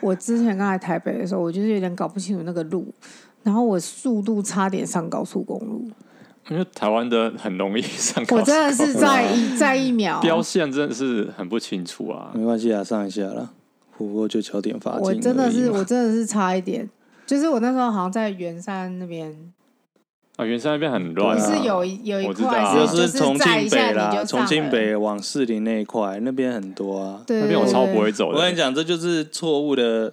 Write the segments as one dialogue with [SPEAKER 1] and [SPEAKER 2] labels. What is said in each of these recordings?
[SPEAKER 1] 我之前刚来台北的时候，我就是有点搞不清楚那个路，然后我速度差点上高速公路，
[SPEAKER 2] 因为台湾的很容易 上高
[SPEAKER 1] 我
[SPEAKER 2] 速公路，
[SPEAKER 1] 真的是
[SPEAKER 2] 啊
[SPEAKER 1] 在一在一秒，
[SPEAKER 2] 标线真的是很不清楚啊。
[SPEAKER 3] 没关系啊，上一下啦，不过就敲点罚金而
[SPEAKER 1] 我
[SPEAKER 3] 已嘛。
[SPEAKER 1] 真的是我真的是差一点，就是我那时候好像在圆山那边，
[SPEAKER 2] 啊，圆山那边很
[SPEAKER 1] 不
[SPEAKER 2] 乱、啊，
[SPEAKER 1] 是有一有一
[SPEAKER 2] 我知道啊
[SPEAKER 1] 块
[SPEAKER 3] 就
[SPEAKER 2] 就是
[SPEAKER 3] 重
[SPEAKER 1] 载
[SPEAKER 3] 庆
[SPEAKER 1] 一下
[SPEAKER 3] 北
[SPEAKER 1] 你
[SPEAKER 3] 啦，
[SPEAKER 1] 就
[SPEAKER 3] 重
[SPEAKER 1] 上
[SPEAKER 3] 庆
[SPEAKER 1] 了，
[SPEAKER 3] 北往士林那一块，那边很多啊。
[SPEAKER 1] 对
[SPEAKER 2] 啊那边我超不。
[SPEAKER 1] 对对
[SPEAKER 2] 会走
[SPEAKER 3] 我
[SPEAKER 2] 的。
[SPEAKER 3] 跟你讲，这就是错误的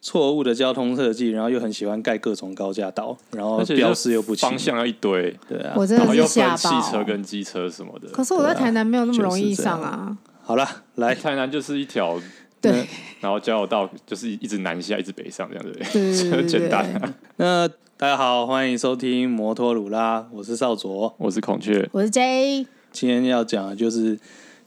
[SPEAKER 3] 错误的交通设计，然后又很喜欢盖各种高架道，然后
[SPEAKER 2] 而且
[SPEAKER 3] 标示又不清
[SPEAKER 2] 方，向要一堆，
[SPEAKER 3] 对啊。
[SPEAKER 1] 我真
[SPEAKER 2] 然后
[SPEAKER 1] 的
[SPEAKER 2] 又
[SPEAKER 1] 是
[SPEAKER 2] 分
[SPEAKER 1] 吓
[SPEAKER 2] 汽
[SPEAKER 1] 爆。
[SPEAKER 2] 车跟啊机车什么的。
[SPEAKER 1] 可是我在台南没有那么容易
[SPEAKER 3] 就是这样
[SPEAKER 1] 上啊，
[SPEAKER 3] 好啦，来，
[SPEAKER 2] 台南就是一条，
[SPEAKER 1] 对
[SPEAKER 2] 然后交流道就是一直南下，一直北上这样子，
[SPEAKER 1] 对对对 对
[SPEAKER 2] 很简单
[SPEAKER 1] 对。
[SPEAKER 2] 啊。
[SPEAKER 3] 那大家好，欢迎收听摩托鲁拉，我是少卓，
[SPEAKER 2] 我是孔雀，
[SPEAKER 1] 我是 J，
[SPEAKER 3] 今天要讲的就是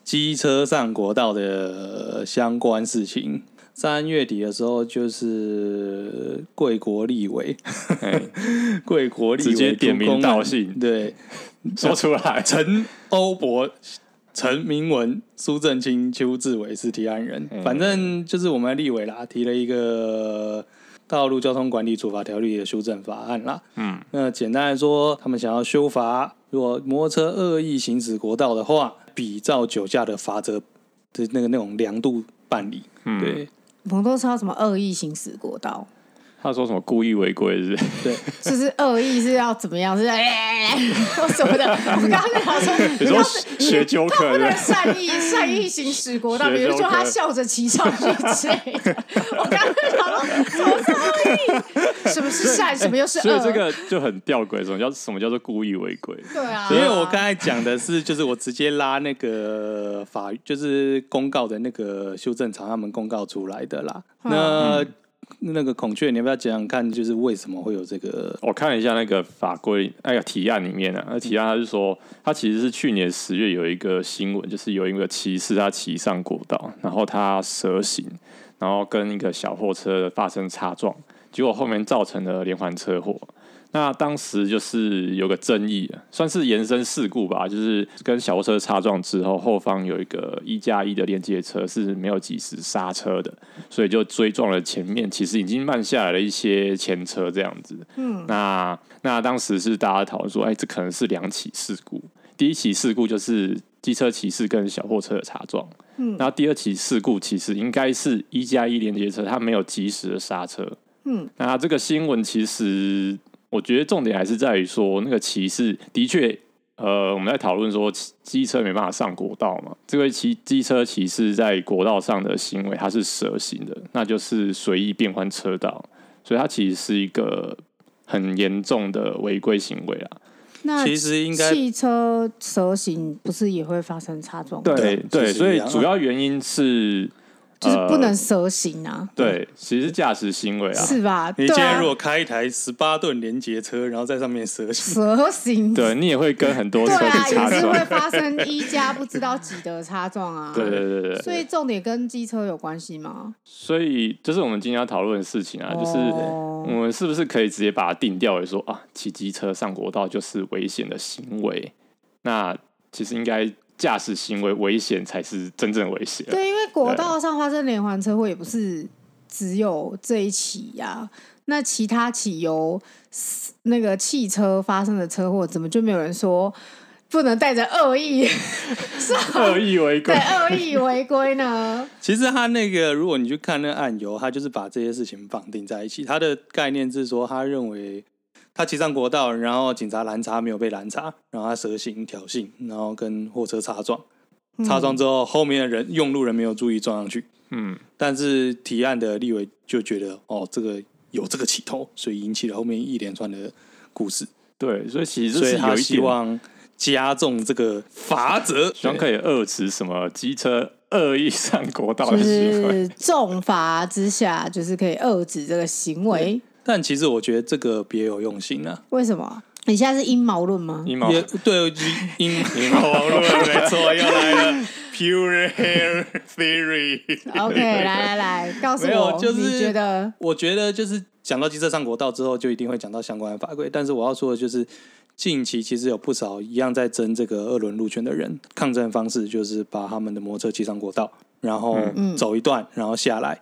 [SPEAKER 3] 机车上国道的相关事情。三月底的时候，就是贵国立委，
[SPEAKER 2] 嘿
[SPEAKER 3] 贵国立委
[SPEAKER 2] 直接点
[SPEAKER 3] 主
[SPEAKER 2] 名
[SPEAKER 3] 攻啊
[SPEAKER 2] 道姓
[SPEAKER 3] 对，
[SPEAKER 2] 说出来，
[SPEAKER 3] 陈欧博、陈明文、苏正清、邱志伟是提案人，
[SPEAKER 2] 嗯
[SPEAKER 3] 反正就是我们立委啦，提了一个道路交通管理处罚条例的修正法案啦。
[SPEAKER 2] 嗯，
[SPEAKER 3] 那简单来说，他们想要修法，如果摩托车恶意行驶国道的话，比照酒驾的罚则的那个那种量度办理。
[SPEAKER 2] 嗯
[SPEAKER 3] 对
[SPEAKER 1] 蒙多超什么恶意行驶国道，
[SPEAKER 2] 他说什么故意违规是不是？
[SPEAKER 3] 对，
[SPEAKER 1] 就是恶意是要怎么样？是哎、我什么的？我刚刚在想说，啊
[SPEAKER 2] 你
[SPEAKER 1] 不
[SPEAKER 2] 说
[SPEAKER 1] 要
[SPEAKER 2] 学学纠
[SPEAKER 1] 他
[SPEAKER 2] 课
[SPEAKER 1] 不
[SPEAKER 2] 对
[SPEAKER 1] 能
[SPEAKER 2] 不对？
[SPEAKER 1] 善意善意行使国道，
[SPEAKER 2] 学
[SPEAKER 1] 比如
[SPEAKER 2] 修
[SPEAKER 1] 说他
[SPEAKER 2] 课
[SPEAKER 1] 笑着骑上去之类的。我刚刚在想说，什么是恶意？什么是善？什么又是恶？
[SPEAKER 2] 所以这个就很吊诡，什么叫什么叫做故意违规？
[SPEAKER 1] 对啊，
[SPEAKER 3] 因为我刚才讲的是，就是我直接拉那个法，就是公告的那个修正厂他们公告出来的啦。
[SPEAKER 1] 嗯
[SPEAKER 3] 那那个孔雀，你要不要讲讲看，就是为什么会有这个？
[SPEAKER 2] 我看了一下那个法规那个提案里面啊，那提案他是说，他其实是去年十月有一个新闻，就是有一个骑士他骑上国道，然后他蛇行，然后跟一个小货车发生擦撞，结果后面造成了连环车祸。那当时就是有个争议，啊算是延伸事故吧，就是跟小货车擦撞之后，后方有一个一加一的连接车是没有及时刹车的，所以就追撞了前面，其实已经慢下来了一些前车这样子。嗯，那那当时是大家讨论说，哎、这可能是两起事故。第一起事故就是机车骑士跟小货车的擦撞，嗯，然后第二起事故其实应该是一加一连接车，它没有及时的刹车，嗯，那这个新闻其实我觉得重点还是在于说，那个骑士的确，呃，我们在讨论说骑机车没办法上国道嘛。这位骑机车骑士在国道上的行为，他是蛇行的，那就是随意变换车道，所以他其实是一个很严重的违规行为啊。
[SPEAKER 1] 那
[SPEAKER 3] 其实应该
[SPEAKER 1] 汽车蛇行不是也会发生擦撞吗？
[SPEAKER 2] 对对，
[SPEAKER 3] 其实
[SPEAKER 2] 所
[SPEAKER 3] 一
[SPEAKER 2] 以
[SPEAKER 3] 样啊
[SPEAKER 2] 主要原因是
[SPEAKER 1] 就是不能
[SPEAKER 2] 呃
[SPEAKER 1] 蛇行啊，
[SPEAKER 2] 对，其实是驾驶行为啊，
[SPEAKER 1] 是吧？
[SPEAKER 3] 你
[SPEAKER 1] 对
[SPEAKER 3] 今天
[SPEAKER 1] 啊
[SPEAKER 3] 如，果开一台十八吨连接车，然后在上面蛇行，
[SPEAKER 1] 蛇行
[SPEAKER 2] 对你也会跟很多
[SPEAKER 1] 对
[SPEAKER 2] 车去
[SPEAKER 1] 啊，
[SPEAKER 2] 擦
[SPEAKER 1] 也是
[SPEAKER 2] 撞
[SPEAKER 1] 会，发生一加不知道几的擦撞啊。
[SPEAKER 2] 对对对对对，
[SPEAKER 1] 所以重点跟机车有关系吗？
[SPEAKER 2] 所以这是我们今天要讨论的事情啊，就是
[SPEAKER 1] 哦
[SPEAKER 2] 我们是不是可以直接把它定调为说啊，骑机车上国道就是危险的行为？那其实应该驾驶行为危险才是真正危险。
[SPEAKER 1] 对，因为国道上发生连环车祸也不是只有这一起呀、那其他起由那个汽车发生的车祸，怎么就没有人说不能带着恶意上
[SPEAKER 2] 恶意违 规
[SPEAKER 1] 对，恶意违规呢？
[SPEAKER 3] 其实他那个，如果你去看那个案由，他就是把这些事情绑定在一起。他的概念是说，他认为他骑上国道，然后警察拦查没有被拦查，然后他蛇行挑衅，然后跟货车擦撞，擦撞之后，后面的人用路人没有注意撞上去，
[SPEAKER 2] 嗯，
[SPEAKER 3] 但是提案的立委就觉得哦，这个有这个起头，所以引起了后面一连串的故事，
[SPEAKER 2] 对，所以其实这
[SPEAKER 3] 所以
[SPEAKER 2] 是有
[SPEAKER 3] 他
[SPEAKER 2] 一
[SPEAKER 3] 希
[SPEAKER 2] 点，
[SPEAKER 3] 望加重这个罚则，
[SPEAKER 2] 希望可以遏制什么机车恶意上国道
[SPEAKER 1] 就
[SPEAKER 2] 的行为。
[SPEAKER 1] 是重罚之下，就是可以遏制这个行为。
[SPEAKER 3] 但其实我觉得这个别有用心啊，
[SPEAKER 1] 为什么？你现在是阴谋论 吗？
[SPEAKER 2] 阴谋
[SPEAKER 3] 也对阴 阴谋论没错，又 来了 pure hair theory。
[SPEAKER 1] OK，来来来，告诉
[SPEAKER 3] 没有
[SPEAKER 1] 我，
[SPEAKER 3] 就是
[SPEAKER 1] 你觉得
[SPEAKER 3] 我觉得就是讲到机车上国道之后，就一定会讲到相关的法规。但是我要说的就是，近期其实有不少一样在争这个二轮路权的人，抗争方式就是把他们的摩托车骑上国道，然后走一段，然后下来，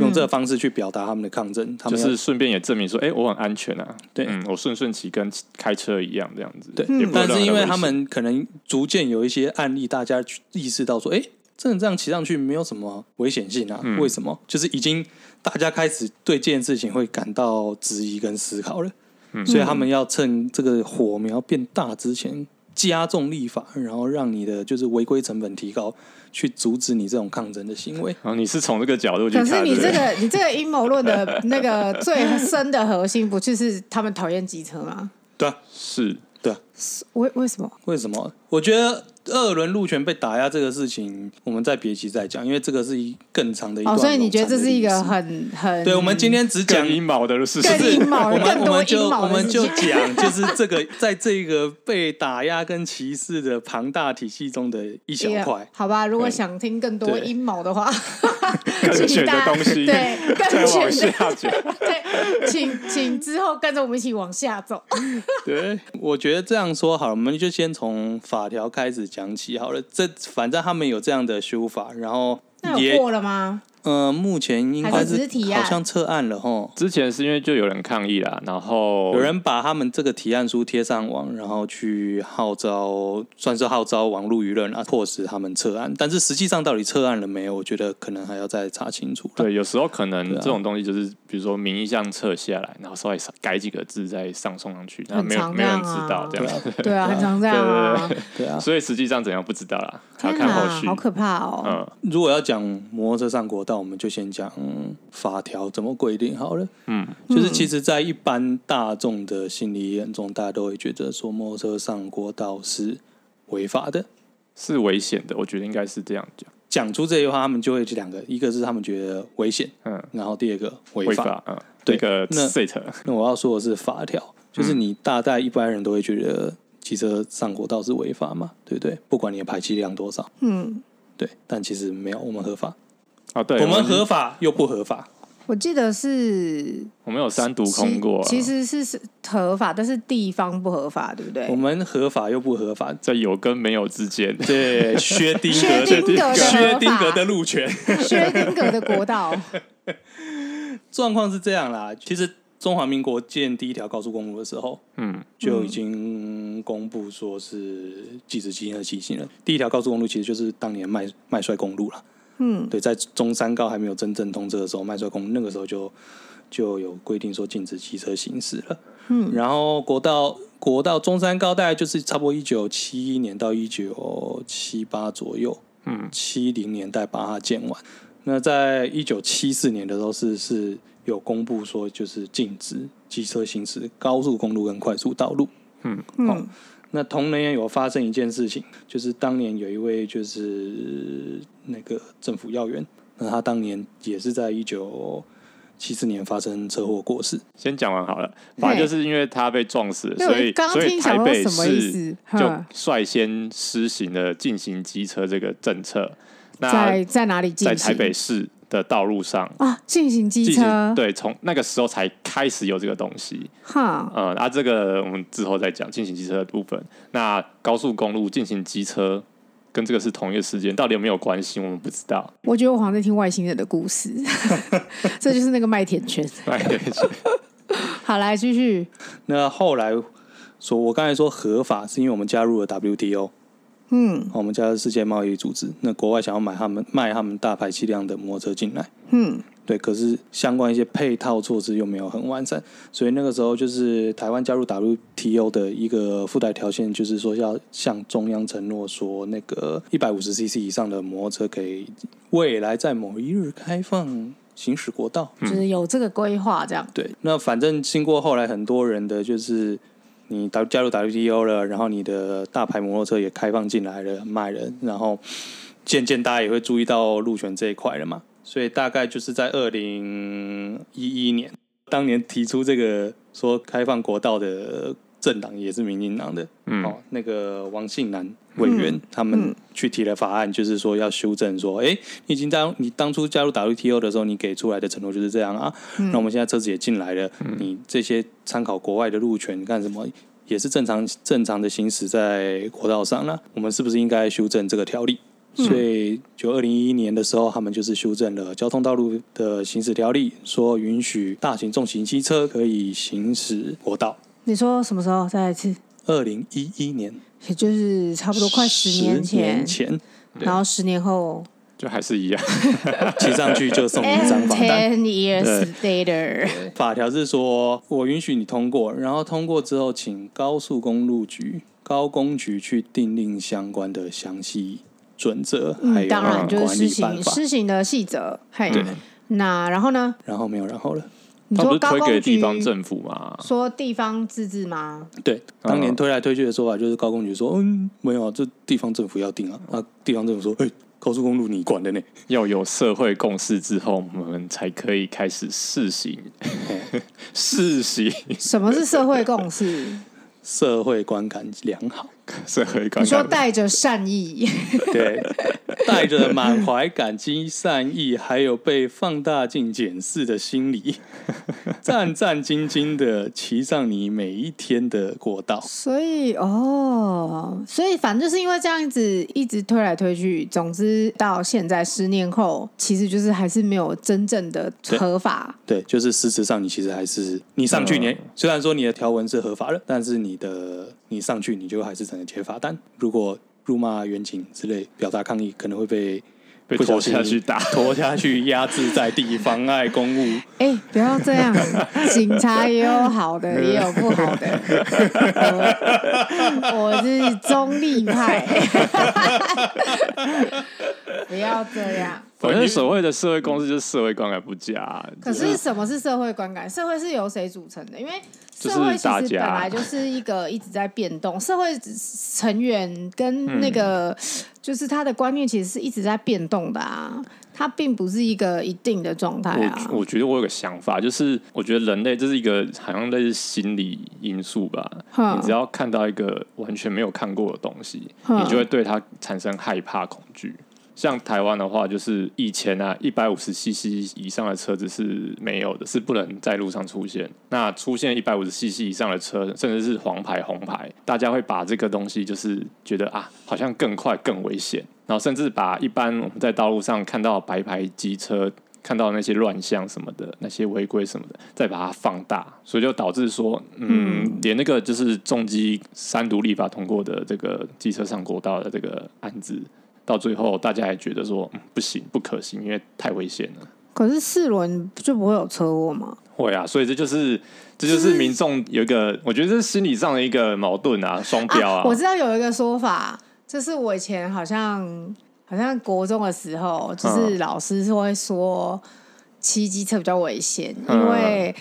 [SPEAKER 3] 用这个方式去表达他们的抗争，他
[SPEAKER 2] 就
[SPEAKER 3] 们要
[SPEAKER 2] 是顺便也证明说，哎、我很安全啊，
[SPEAKER 3] 对
[SPEAKER 2] 嗯，我顺顺骑跟开车一样这样子，
[SPEAKER 3] 对，
[SPEAKER 2] 也不会
[SPEAKER 3] 嗯但
[SPEAKER 2] 让
[SPEAKER 3] 是因
[SPEAKER 2] 人
[SPEAKER 3] 为
[SPEAKER 2] 危
[SPEAKER 3] 他
[SPEAKER 2] 险
[SPEAKER 3] 们可能逐渐有一些案例，大家去意识到说，哎、真的这样骑上去没有什么危险性啊？
[SPEAKER 2] 嗯
[SPEAKER 3] 为什么？就是已经大家开始对这件事情会感到质疑跟思考了，
[SPEAKER 2] 嗯
[SPEAKER 3] 所以他们要趁这个火苗变大之前。加重立法，然后让你的就是违规成本提高，去阻止你这种抗争的行为。
[SPEAKER 2] 然后你是从这个角度去
[SPEAKER 1] 可
[SPEAKER 2] 看，
[SPEAKER 1] 是你
[SPEAKER 2] 对
[SPEAKER 1] 这
[SPEAKER 2] 不对
[SPEAKER 1] 个你这个阴谋论的那个最深的核心，不就是他们讨厌机车吗？
[SPEAKER 3] 对啊，
[SPEAKER 2] 是
[SPEAKER 3] 对啊，
[SPEAKER 1] 为为什么？
[SPEAKER 3] 为什么？我觉得二轮路权被打压这个事情，我们再别急再讲，因为这个是一更长的一段
[SPEAKER 1] 哦，
[SPEAKER 3] 冗
[SPEAKER 1] 所
[SPEAKER 3] 长的历史。
[SPEAKER 1] 以你觉得这是一个很很
[SPEAKER 3] 对，我们今天只讲
[SPEAKER 2] 更阴谋的事
[SPEAKER 1] 更
[SPEAKER 2] 情
[SPEAKER 1] 阴，谋
[SPEAKER 3] 我们
[SPEAKER 1] 更
[SPEAKER 3] 我
[SPEAKER 1] 多
[SPEAKER 3] 们就
[SPEAKER 1] 阴
[SPEAKER 3] 我
[SPEAKER 1] 谋的
[SPEAKER 3] 们
[SPEAKER 1] 事
[SPEAKER 3] 就
[SPEAKER 1] 情。
[SPEAKER 3] 讲，就是这个在这个被打压跟歧视的庞大体系中的一小块。
[SPEAKER 1] 好吧，如果想听更多
[SPEAKER 3] 对
[SPEAKER 1] 阴谋的话，
[SPEAKER 2] 更
[SPEAKER 1] 请
[SPEAKER 2] 选的
[SPEAKER 1] 大
[SPEAKER 2] 东西，
[SPEAKER 1] 对，
[SPEAKER 2] 再
[SPEAKER 1] 更
[SPEAKER 2] 往
[SPEAKER 1] 选的，
[SPEAKER 2] 下讲，
[SPEAKER 1] 对，请请之后跟着我们一起往下走。
[SPEAKER 3] 对，我觉得这样说好了，我们就先从法条开始讲起好了。这反正他们有这样的修法，然后
[SPEAKER 1] 那有
[SPEAKER 3] 也
[SPEAKER 1] 过了吗？
[SPEAKER 3] 呃，目前应
[SPEAKER 1] 还
[SPEAKER 3] 该
[SPEAKER 1] 是只是提案
[SPEAKER 3] 好像撤案了 吼。
[SPEAKER 2] 之前是因为就有人抗议啦，然后
[SPEAKER 3] 有人把他们这个提案书贴上网，然后去号召，算是号召网络舆论啊，迫使他们撤案。但是实际上到底撤案了没有，我觉得可能还要再查清 楚啦。
[SPEAKER 2] 对，有时候可能
[SPEAKER 3] 对啊
[SPEAKER 2] 这种东西就是，比如说名义上撤下来，然后稍微改几个字再上送上去，然后没有
[SPEAKER 1] 很常
[SPEAKER 2] 没有人
[SPEAKER 1] 这
[SPEAKER 2] 知
[SPEAKER 1] 样啊
[SPEAKER 2] 道这样子，
[SPEAKER 1] 对啊，很常这样啊。
[SPEAKER 3] 对啊，
[SPEAKER 2] 所以实际上怎样不知道啦，还要
[SPEAKER 1] 天
[SPEAKER 2] 看后
[SPEAKER 1] 哪，
[SPEAKER 2] 续
[SPEAKER 1] 好。可怕哦！
[SPEAKER 2] 嗯，
[SPEAKER 3] 如果要讲摩托车上国道，我们就先讲、嗯法条怎么规定好了。
[SPEAKER 2] 嗯，
[SPEAKER 3] 就是其实，在一般大众的心理眼中，大家都会觉得说摩托车上国道是违法的。
[SPEAKER 2] 是危险的，我觉得应该是这样讲。
[SPEAKER 3] 讲出这些话，他们就会两个，一个是他们觉得危险，
[SPEAKER 2] 嗯，
[SPEAKER 3] 然后第二个违
[SPEAKER 2] 违
[SPEAKER 3] 法。
[SPEAKER 2] 法，嗯，
[SPEAKER 3] 对
[SPEAKER 2] 这个
[SPEAKER 3] 那
[SPEAKER 2] set
[SPEAKER 3] 那我要说的是法条，就是你大概一般人都会觉得骑车上国道是违法嘛，对不对？不管你的排气量多少，
[SPEAKER 1] 嗯，
[SPEAKER 3] 对，但其实没有，我们合法，
[SPEAKER 2] 啊，对，
[SPEAKER 3] 我
[SPEAKER 2] 我
[SPEAKER 3] 们合法又不合法。
[SPEAKER 1] 我记得是
[SPEAKER 2] 我们有单独
[SPEAKER 1] 其
[SPEAKER 2] 通过啊，
[SPEAKER 1] 其实是是合法，但是地方不合法，对不对
[SPEAKER 3] 我？们合法又不合法，
[SPEAKER 2] 在有跟没有之间，
[SPEAKER 3] 对，薛定谔
[SPEAKER 1] 薛定谔的
[SPEAKER 3] 薛定
[SPEAKER 1] 合
[SPEAKER 3] 谔
[SPEAKER 1] 法
[SPEAKER 3] 的路权
[SPEAKER 1] 薛定谔的国 道，
[SPEAKER 3] 状况是这样啦。其实中华民国建第一条高速公路的时候，
[SPEAKER 2] 嗯，
[SPEAKER 3] 就已经公布说是即时基因和骑行了。第一条高速公路其实就是当年麦麦帅公路啦。
[SPEAKER 1] 嗯，
[SPEAKER 3] 对，在中山高还没有真正通车的时候，麦帅公路那个时候就就有规定说禁止汽车行驶了。嗯，然后国道国道中山高大概就是差不多一九七一年到一九七八左右，
[SPEAKER 2] 嗯，
[SPEAKER 3] 七零年代把它建完。那在一九七四年的时候是是有公布说就是禁止机车行驶高速公路跟快速道路。
[SPEAKER 1] 嗯
[SPEAKER 3] 那同年也有发生一件事情，就是当年有一位就是那个政府要员，那他当年也是在一九七四年发生车祸过世。
[SPEAKER 2] 先讲完好了。反正就是因为他被撞死了，
[SPEAKER 1] 对
[SPEAKER 2] 所以
[SPEAKER 1] 我刚刚
[SPEAKER 2] 所以
[SPEAKER 1] 听想说
[SPEAKER 2] 台北
[SPEAKER 1] 什么意
[SPEAKER 2] 市
[SPEAKER 1] 思
[SPEAKER 2] 就
[SPEAKER 1] 哼
[SPEAKER 2] 率先施行了禁行机车这个政策。那
[SPEAKER 1] 在在哪里进
[SPEAKER 2] 在
[SPEAKER 1] 行？
[SPEAKER 2] 台北市的道路上。
[SPEAKER 1] 啊，进行机
[SPEAKER 2] 进行
[SPEAKER 1] 车，
[SPEAKER 2] 对，从那个时候才开始有这个东西。
[SPEAKER 1] 哈，
[SPEAKER 2] 呃，啊，这个我们之后再讲进行机车的部分。那高速公路进行机车跟这个是同一个时间，到底有没有关系？我们不知道。
[SPEAKER 1] 我觉得我好像在听外星人的故事，这就是那个麦田圈。
[SPEAKER 2] 哎
[SPEAKER 1] 好，来继续，
[SPEAKER 3] 那后来说，我刚才说合法，是因为我们加入了 WTO，
[SPEAKER 1] 嗯
[SPEAKER 3] 哦我们加入世界贸易组织。那国外想要买他们卖他们大排气量的摩托车进来，
[SPEAKER 1] 嗯
[SPEAKER 3] 对，可是相关一些配套措施又没有很完善，所以那个时候就是台湾加入 WTO 的一个附带条件，就是说要向中央承诺说，那个一百五十 CC 以上的摩托车可以未来在某一日开放行驶国道。
[SPEAKER 2] 嗯
[SPEAKER 1] 就是有这个规划这样。
[SPEAKER 3] 对，那反正经过后来很多人的就是你 W 加入 WTO E 了，然后你的大牌摩托车也开放进来了，卖了，然后渐渐大家也会注意到路权这一块了嘛。所以大概就是在二零一一年，当年提出这个说开放国道的政党也是民进党的，
[SPEAKER 2] 嗯
[SPEAKER 3] 哦，那个王信南委员、他们去提了法案，就是说要修正说，哎、你已经当你当初加入 WTO E 的时候，你给出来的承诺就是这样啊。那我们现在车子也进来了，你这些参考国外的路权干什么？也是正常正常的行驶在国道上了，我们是不是应该修正这个条例？所以就二零一一年的时候，他们就是修正了《交通道路的行驶条例》，说允许大型重型机车可以行驶国道。
[SPEAKER 1] 你说什么时候？再来一次，
[SPEAKER 3] 二零一一年，
[SPEAKER 1] 也就是差不多快十
[SPEAKER 3] 年
[SPEAKER 1] 年前，
[SPEAKER 3] 前
[SPEAKER 1] 然后十年后
[SPEAKER 2] 就还是一样，
[SPEAKER 3] 骑上去就送你一张
[SPEAKER 1] ，and
[SPEAKER 3] 罚单。
[SPEAKER 1] ten years later，
[SPEAKER 3] 法条是说，我允许你通过，然后通过之后，请高速公路局、高工局去订定相关的详细准则，还
[SPEAKER 1] 嗯，
[SPEAKER 3] 有
[SPEAKER 1] 当然就是
[SPEAKER 3] 管理
[SPEAKER 1] 施
[SPEAKER 3] 办
[SPEAKER 1] 行
[SPEAKER 3] 法。
[SPEAKER 1] 施行的细则，嘿，那然后呢？
[SPEAKER 3] 然后没有然后了。
[SPEAKER 1] 你
[SPEAKER 2] 他不
[SPEAKER 1] 说
[SPEAKER 2] 是
[SPEAKER 1] 高
[SPEAKER 2] 推
[SPEAKER 1] 工
[SPEAKER 2] 给
[SPEAKER 1] 局
[SPEAKER 2] 地方政府嘛？
[SPEAKER 1] 说地方自治吗？
[SPEAKER 3] 对，当年
[SPEAKER 2] 嗯
[SPEAKER 3] 推来推去的说法就是高工局说，嗯，没有啊，这地方政府要定啊。啊，地方政府说，哎、高速公路你管的呢？
[SPEAKER 2] 要有社会共识之后，我们才可以开始试行， 试行
[SPEAKER 1] 什么是社会共识？
[SPEAKER 3] 社会观感良好，
[SPEAKER 2] 社会观
[SPEAKER 1] 你说
[SPEAKER 2] 感。
[SPEAKER 1] 带着善意，
[SPEAKER 3] 对， 带着满怀感激、善意，还有被放大镜检视的心 理，战战兢兢的骑上你每一天的国道。
[SPEAKER 1] 所以哦，所以反正就是因为这样子一直推来推去，总之到现在十年后，其实就是还是没有真正的
[SPEAKER 3] 对
[SPEAKER 1] 合法。
[SPEAKER 3] 对，就是事实上，你其实还是你上去你，
[SPEAKER 2] 嗯
[SPEAKER 3] 虽然说你的条文是合法的，但是你的你上去你就还是只能贴罚单。如果辱骂远景之类，表达抗议可能会被
[SPEAKER 2] 被
[SPEAKER 3] 不小
[SPEAKER 2] 拖
[SPEAKER 3] 心
[SPEAKER 2] 下去打，
[SPEAKER 3] 拖下去、压制在地、妨碍公 务。
[SPEAKER 1] 哎、不要这样，警察也有好的，也有不好的。我我是中立派，不要这样。
[SPEAKER 2] 反正所谓的社会共识就是社会观感不佳。
[SPEAKER 1] 可是什么是社会观感？社会是由谁组成的？因为社会其
[SPEAKER 2] 就是大
[SPEAKER 1] 实本
[SPEAKER 2] 家
[SPEAKER 1] 来就是一个一直在变动，社会成员跟那个、
[SPEAKER 2] 嗯
[SPEAKER 1] 就是他的观念其实是一直在变动的啊，它并不是一个一定的状态啊。
[SPEAKER 2] 我我觉得我有个想法，就是我觉得人类这是一个好像类似心理因素吧。
[SPEAKER 1] 哼
[SPEAKER 2] 你只要看到一个完全没有看过的东西，
[SPEAKER 1] 哼
[SPEAKER 2] 你就会对它产生害怕、恐惧。像台湾的话，就是以前啊，一百五十 CC 以上的车子是没有的，是不能在路上出现。那出现一百五十 CC 以上的车，甚至是黄牌、红牌，大家会把这个东西就是觉得啊，好像更快、更危险，然后甚至把一般我们在道路上看到的白牌机车看到那些乱象什么的，那些违规什么的，再把它放大，所以就导致说，嗯，连那个就是重击三读立法通过的这个机车上国道的这个案子，到最后大家也觉得说、嗯不行，不可行，因为太危险了。
[SPEAKER 1] 可是四轮就不会有车祸吗？
[SPEAKER 2] 会啊，所以这就是这就是民众有一个，我觉得这是心理上的一个矛盾啊，双标啊。
[SPEAKER 1] 我知道有一个说法，就是我以前好像好像国中的时候，
[SPEAKER 2] 嗯
[SPEAKER 1] 就是老师是会说骑机车比较危险，
[SPEAKER 2] 嗯
[SPEAKER 1] 因为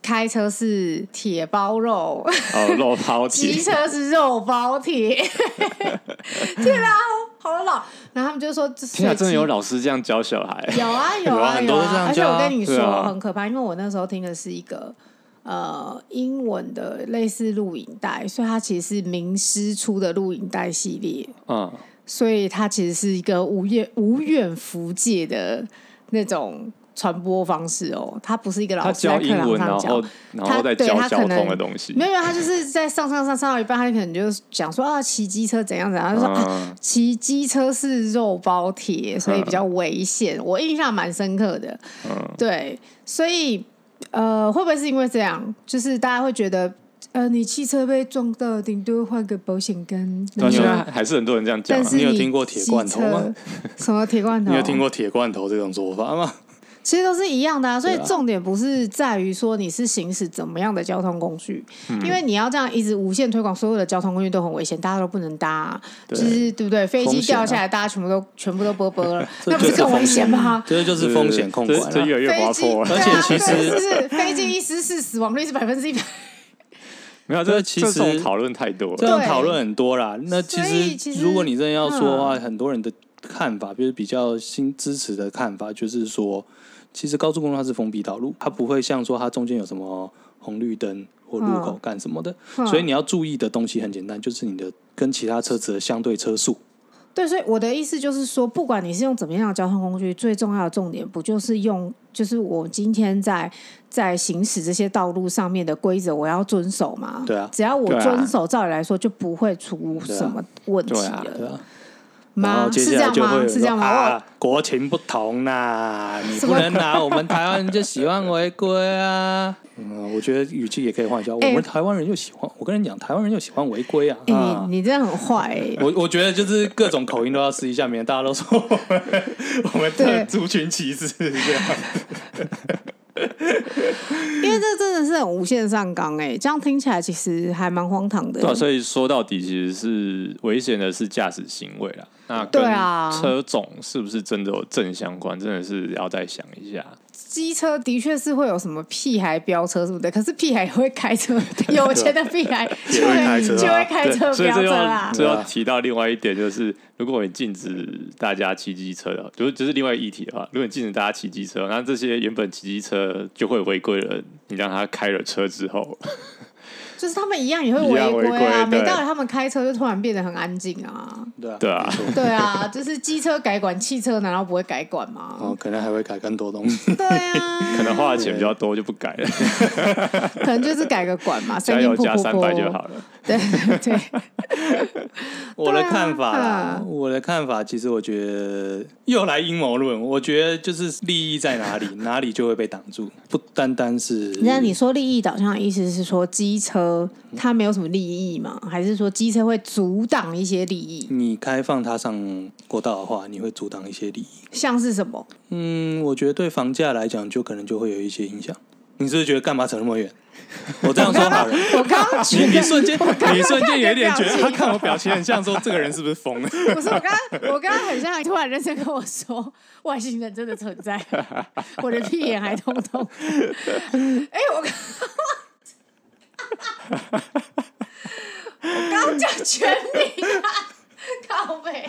[SPEAKER 1] 开车是铁包肉，
[SPEAKER 2] 哦，肉抛
[SPEAKER 1] 骑
[SPEAKER 2] 弃，
[SPEAKER 1] 车是肉包铁。 天啊，好老！然后他们就说，就是
[SPEAKER 2] 天啊，真的有老师这样教小孩，
[SPEAKER 1] 有 啊有
[SPEAKER 3] 有啊
[SPEAKER 1] 啊
[SPEAKER 3] 很
[SPEAKER 1] 有
[SPEAKER 3] 多都
[SPEAKER 1] 啊！
[SPEAKER 3] 这样
[SPEAKER 1] 而且
[SPEAKER 3] 教啊
[SPEAKER 1] 我跟你说、
[SPEAKER 2] 对啊
[SPEAKER 1] 很可怕，因为我那时候听的是一个呃英文的类似录影带，所以它其实是名师出的录影带系列，
[SPEAKER 2] 嗯，
[SPEAKER 1] 所以它其实是一个无远无远弗届的那种传播方式哦。它不是一个
[SPEAKER 2] 他
[SPEAKER 1] 老师在
[SPEAKER 2] 教
[SPEAKER 1] 课
[SPEAKER 2] 英
[SPEAKER 1] 堂
[SPEAKER 2] 文，然
[SPEAKER 1] 上
[SPEAKER 2] 后
[SPEAKER 1] 教。
[SPEAKER 2] 然后再
[SPEAKER 1] 他对
[SPEAKER 2] 教
[SPEAKER 1] 他
[SPEAKER 2] 交
[SPEAKER 1] 可能
[SPEAKER 2] 通的东西
[SPEAKER 1] 没，有，没有，他就是在上上上上到一半，他可能就讲说啊，骑机车怎样怎样，他就说、啊，
[SPEAKER 2] 嗯。
[SPEAKER 1] 骑机车是肉包铁，所以比较危险。
[SPEAKER 3] 嗯
[SPEAKER 1] 我印象蛮深刻的，对，所以呃，会不会是因为这样，就是大家会觉得，呃，你汽车被撞到，顶多换个保险杆，
[SPEAKER 2] 对
[SPEAKER 1] 然
[SPEAKER 2] 啊，
[SPEAKER 1] 后
[SPEAKER 2] 现在还是很多人这样讲、
[SPEAKER 1] 但
[SPEAKER 2] 啊。
[SPEAKER 1] 是
[SPEAKER 3] 你有听过铁罐头吗
[SPEAKER 1] 机车？什么铁罐头？
[SPEAKER 3] 你有听？过铁罐头这种说法吗？
[SPEAKER 1] 其实都是一样的啊，所以
[SPEAKER 3] 对啊
[SPEAKER 1] 重点不是在于说你是行驶怎么样的交通工具，
[SPEAKER 3] 嗯
[SPEAKER 1] 因为你要这样一直无限推广，所有的交通工具都很危险，大家都不能搭啊、
[SPEAKER 2] 对
[SPEAKER 1] 就是对不对？飞机
[SPEAKER 3] 风险啊
[SPEAKER 1] 掉下来，大家全部都全部都啵啵了，
[SPEAKER 3] 这
[SPEAKER 1] 那不是
[SPEAKER 3] 就是
[SPEAKER 1] 更危
[SPEAKER 3] 风
[SPEAKER 1] 险
[SPEAKER 3] 险
[SPEAKER 1] 吗？
[SPEAKER 3] 这就是风险控管、啊
[SPEAKER 2] 这这越来越
[SPEAKER 1] 飞
[SPEAKER 2] 滑
[SPEAKER 1] 机
[SPEAKER 2] 坡了。
[SPEAKER 1] 对啊
[SPEAKER 3] 而且其实
[SPEAKER 1] 对是飞机一失事死亡率是百分之一百，
[SPEAKER 2] 没有，
[SPEAKER 3] 啊这
[SPEAKER 2] 这
[SPEAKER 3] 其
[SPEAKER 2] 这种
[SPEAKER 3] 实
[SPEAKER 2] 讨论太多
[SPEAKER 3] 这
[SPEAKER 2] 了。
[SPEAKER 3] 样
[SPEAKER 1] 对
[SPEAKER 3] 讨论很多啦。那
[SPEAKER 1] 所
[SPEAKER 3] 其
[SPEAKER 1] 以
[SPEAKER 3] 实，
[SPEAKER 1] 其实嗯
[SPEAKER 3] 如果你真的要说的话，很多人的看法就是比较新支持的看法，就是说，其实高速公路它是封闭道路，它不会像说它中间有什么红绿灯或路口
[SPEAKER 1] 嗯
[SPEAKER 3] 干什么的。
[SPEAKER 1] 嗯
[SPEAKER 3] 所以你要注意的东西很简单，就是你的跟其他车子的相对车速。
[SPEAKER 1] 对，所以我的意思就是说，不管你是用怎么样的交通工具，最重要的重点不就是用，就是我今天在在行驶这些道路上面的规则，我要遵守嘛？
[SPEAKER 3] 对啊
[SPEAKER 1] 只要我
[SPEAKER 2] 对啊
[SPEAKER 1] 遵守，照理来说就不会出什么问题
[SPEAKER 2] 对啊
[SPEAKER 1] 了。
[SPEAKER 3] 对啊，然
[SPEAKER 1] 吗
[SPEAKER 3] 后？接
[SPEAKER 1] 是这
[SPEAKER 3] 下来
[SPEAKER 1] 样
[SPEAKER 3] 就会有
[SPEAKER 1] 吗？
[SPEAKER 3] 人
[SPEAKER 1] 是这样
[SPEAKER 3] 说
[SPEAKER 1] 吗？我
[SPEAKER 3] 啊，国情不同啦，你
[SPEAKER 1] 什
[SPEAKER 3] 不
[SPEAKER 1] 么
[SPEAKER 3] 能拿我们台湾人就喜欢违规啊。嗯，我觉得语气也可以换一下，我
[SPEAKER 1] 哎
[SPEAKER 3] 们台湾人就喜欢，我跟你讲，台湾人就喜欢违规啊。
[SPEAKER 1] 哎、
[SPEAKER 3] 啊
[SPEAKER 1] 你你真的很坏、欸。
[SPEAKER 3] 我我觉得就是各种口音都要试一下，免得大家都说我们我们
[SPEAKER 1] 对
[SPEAKER 2] 啊
[SPEAKER 3] 的族群歧视这样。
[SPEAKER 1] 因为这真的是很无限上纲哎、这样听起来其实还蛮荒唐的。
[SPEAKER 2] 对啊、所以说到底，其实是危险的是驾驶行为啦。那跟
[SPEAKER 1] 对啊
[SPEAKER 2] 车种是不是真的有正相关，真的是要再想一下。
[SPEAKER 1] 机车的确是会有什么屁孩飙车什么的，可是屁孩也会开车， 有钱的屁孩就
[SPEAKER 3] 也会开车啊
[SPEAKER 1] 就会开
[SPEAKER 2] 对，
[SPEAKER 1] 车
[SPEAKER 2] 所以
[SPEAKER 1] 飙
[SPEAKER 2] 这嗯
[SPEAKER 1] 车
[SPEAKER 2] 要
[SPEAKER 1] 啦。
[SPEAKER 2] 这要提到另外一点，就是如果你禁止大家骑机车的话，就是就是另外一个议题的话，如果你禁止大家骑机车，那这些原本骑机车就会违规的人，你让他开了车之后，
[SPEAKER 1] 就是他们一样也会
[SPEAKER 2] 一样
[SPEAKER 1] 违
[SPEAKER 2] 违
[SPEAKER 1] 规
[SPEAKER 2] 规
[SPEAKER 1] 啊，
[SPEAKER 2] 对
[SPEAKER 1] 没道理他们开车就突然变得很安静啊。
[SPEAKER 3] 对啊，
[SPEAKER 2] 对啊，
[SPEAKER 1] 对啊，就是机车改管，汽车难道不会改管吗？
[SPEAKER 3] 哦，可能还会改更多东西。
[SPEAKER 1] 对啊，
[SPEAKER 2] 可能花的钱比较多就不改 了，
[SPEAKER 1] 可能就是改个管嘛，
[SPEAKER 2] 加
[SPEAKER 1] 声音
[SPEAKER 2] 油
[SPEAKER 1] 噗
[SPEAKER 2] 加
[SPEAKER 1] 噗
[SPEAKER 2] 三百就
[SPEAKER 1] 噗。
[SPEAKER 2] 好了。 嗯
[SPEAKER 1] 对对，
[SPEAKER 3] 我的看法啦，
[SPEAKER 1] 嗯
[SPEAKER 3] 我的看法，其实我觉得又来阴谋论，我觉得就是利益在哪里，哪里就会被挡住，不单单是。
[SPEAKER 1] 那你说利益导向的意思是说机车它没有什么利益吗？还是说机车会阻挡一些利益？
[SPEAKER 3] 你开放它上国道的话，你会阻挡一些利益。
[SPEAKER 1] 像是什么？
[SPEAKER 3] 嗯，我觉得对房价来讲，就可能就会有一些影响。你是不是觉得干嘛扯那么远？我这样说好了，
[SPEAKER 1] 我刚刚
[SPEAKER 3] 你
[SPEAKER 1] 举
[SPEAKER 3] 你
[SPEAKER 1] 的
[SPEAKER 3] 瞬间你瞬间有一点觉
[SPEAKER 1] 我
[SPEAKER 3] 得
[SPEAKER 1] 刚刚看你的表情
[SPEAKER 3] 他看我表情很像说这个人是不是疯了？
[SPEAKER 1] 不是我刚刚，我刚刚很像突然认真跟我说，外星人真的存在，我的屁眼还通通。哎、我刚。我刚刚叫全名啊，靠背。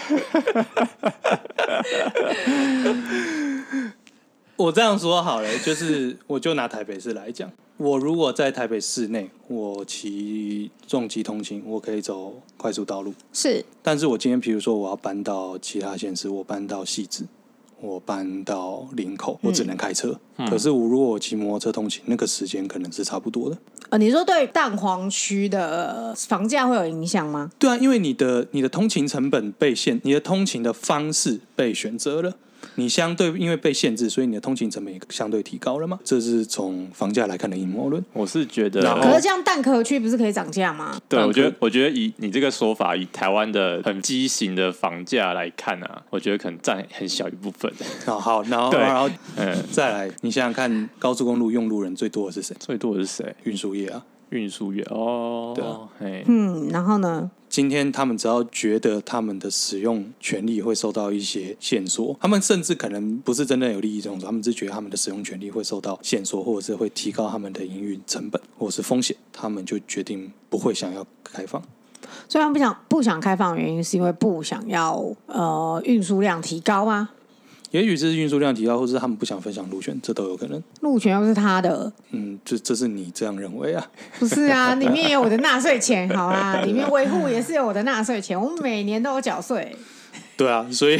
[SPEAKER 3] 我这样说好了，就是我就拿台北市来讲，我如果在台北市内，我骑重机通勤，我可以走快速道路。
[SPEAKER 1] 是
[SPEAKER 3] 但是我今天，比如说我要搬到其他县市，我搬到汐止，我搬到林口，我只能开车。可是我如果我骑摩托车通勤，那个时间可能是差不多的。
[SPEAKER 1] 呃，你说对蛋黄区的房价会有影响吗？
[SPEAKER 3] 对啊，因为你的你的通勤成本被限，你的通勤的方式被选择了，你相对因为被限制，所以你的通勤成本也相对提高了嘛。这是从房价来看的阴谋论。
[SPEAKER 2] 我是觉得，呃
[SPEAKER 3] 然后
[SPEAKER 1] 可是这样蛋壳区不是可以涨价吗？
[SPEAKER 2] 对，
[SPEAKER 3] 但
[SPEAKER 2] 我觉得
[SPEAKER 3] 可，
[SPEAKER 2] 我觉得以你这个说法，以台湾的很畸形的房价来看啊，我觉得可能占很小一部分。
[SPEAKER 3] 好哦好，然后
[SPEAKER 2] 对
[SPEAKER 3] 然后
[SPEAKER 2] 嗯，
[SPEAKER 3] 再来，你想想看，高速公路用路人最多的是谁？
[SPEAKER 2] 最多的是谁？
[SPEAKER 3] 运输业啊。
[SPEAKER 2] 运输业哦，
[SPEAKER 3] 对啊
[SPEAKER 2] 嘿，
[SPEAKER 1] 嗯，然后呢？
[SPEAKER 3] 今天他们只要觉得他们的使用权利会受到一些限缩，他们甚至可能不是真正有利益冲突，他们只是觉得他们的使用权利会受到限缩，或者是会提高他们的营运成本或者是风险，他们就决定不会想要开放。
[SPEAKER 1] 虽然不想不想开放，的原因是因为不想要呃运输量提高啊吗？
[SPEAKER 3] 也许是运输量提高，或是他们不想分享路权，这都有可能。
[SPEAKER 1] 路权又是他的，
[SPEAKER 3] 嗯，这这是你这样认为啊？
[SPEAKER 1] 不是啊， 里面也有我的纳税钱，好啦，里面维护也是有我的纳税钱，我每年都有缴税。
[SPEAKER 3] 对啊，所以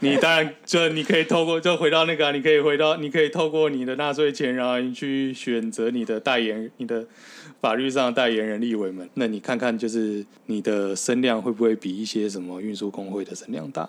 [SPEAKER 3] 你当然就你可以透过就回到那个啊、你可以回到你可以透过你的纳税钱，然后你去选择你的代言你的法律上的代言人立委们。那你看看就是你的声量会不会比一些什么运输工会的声量大？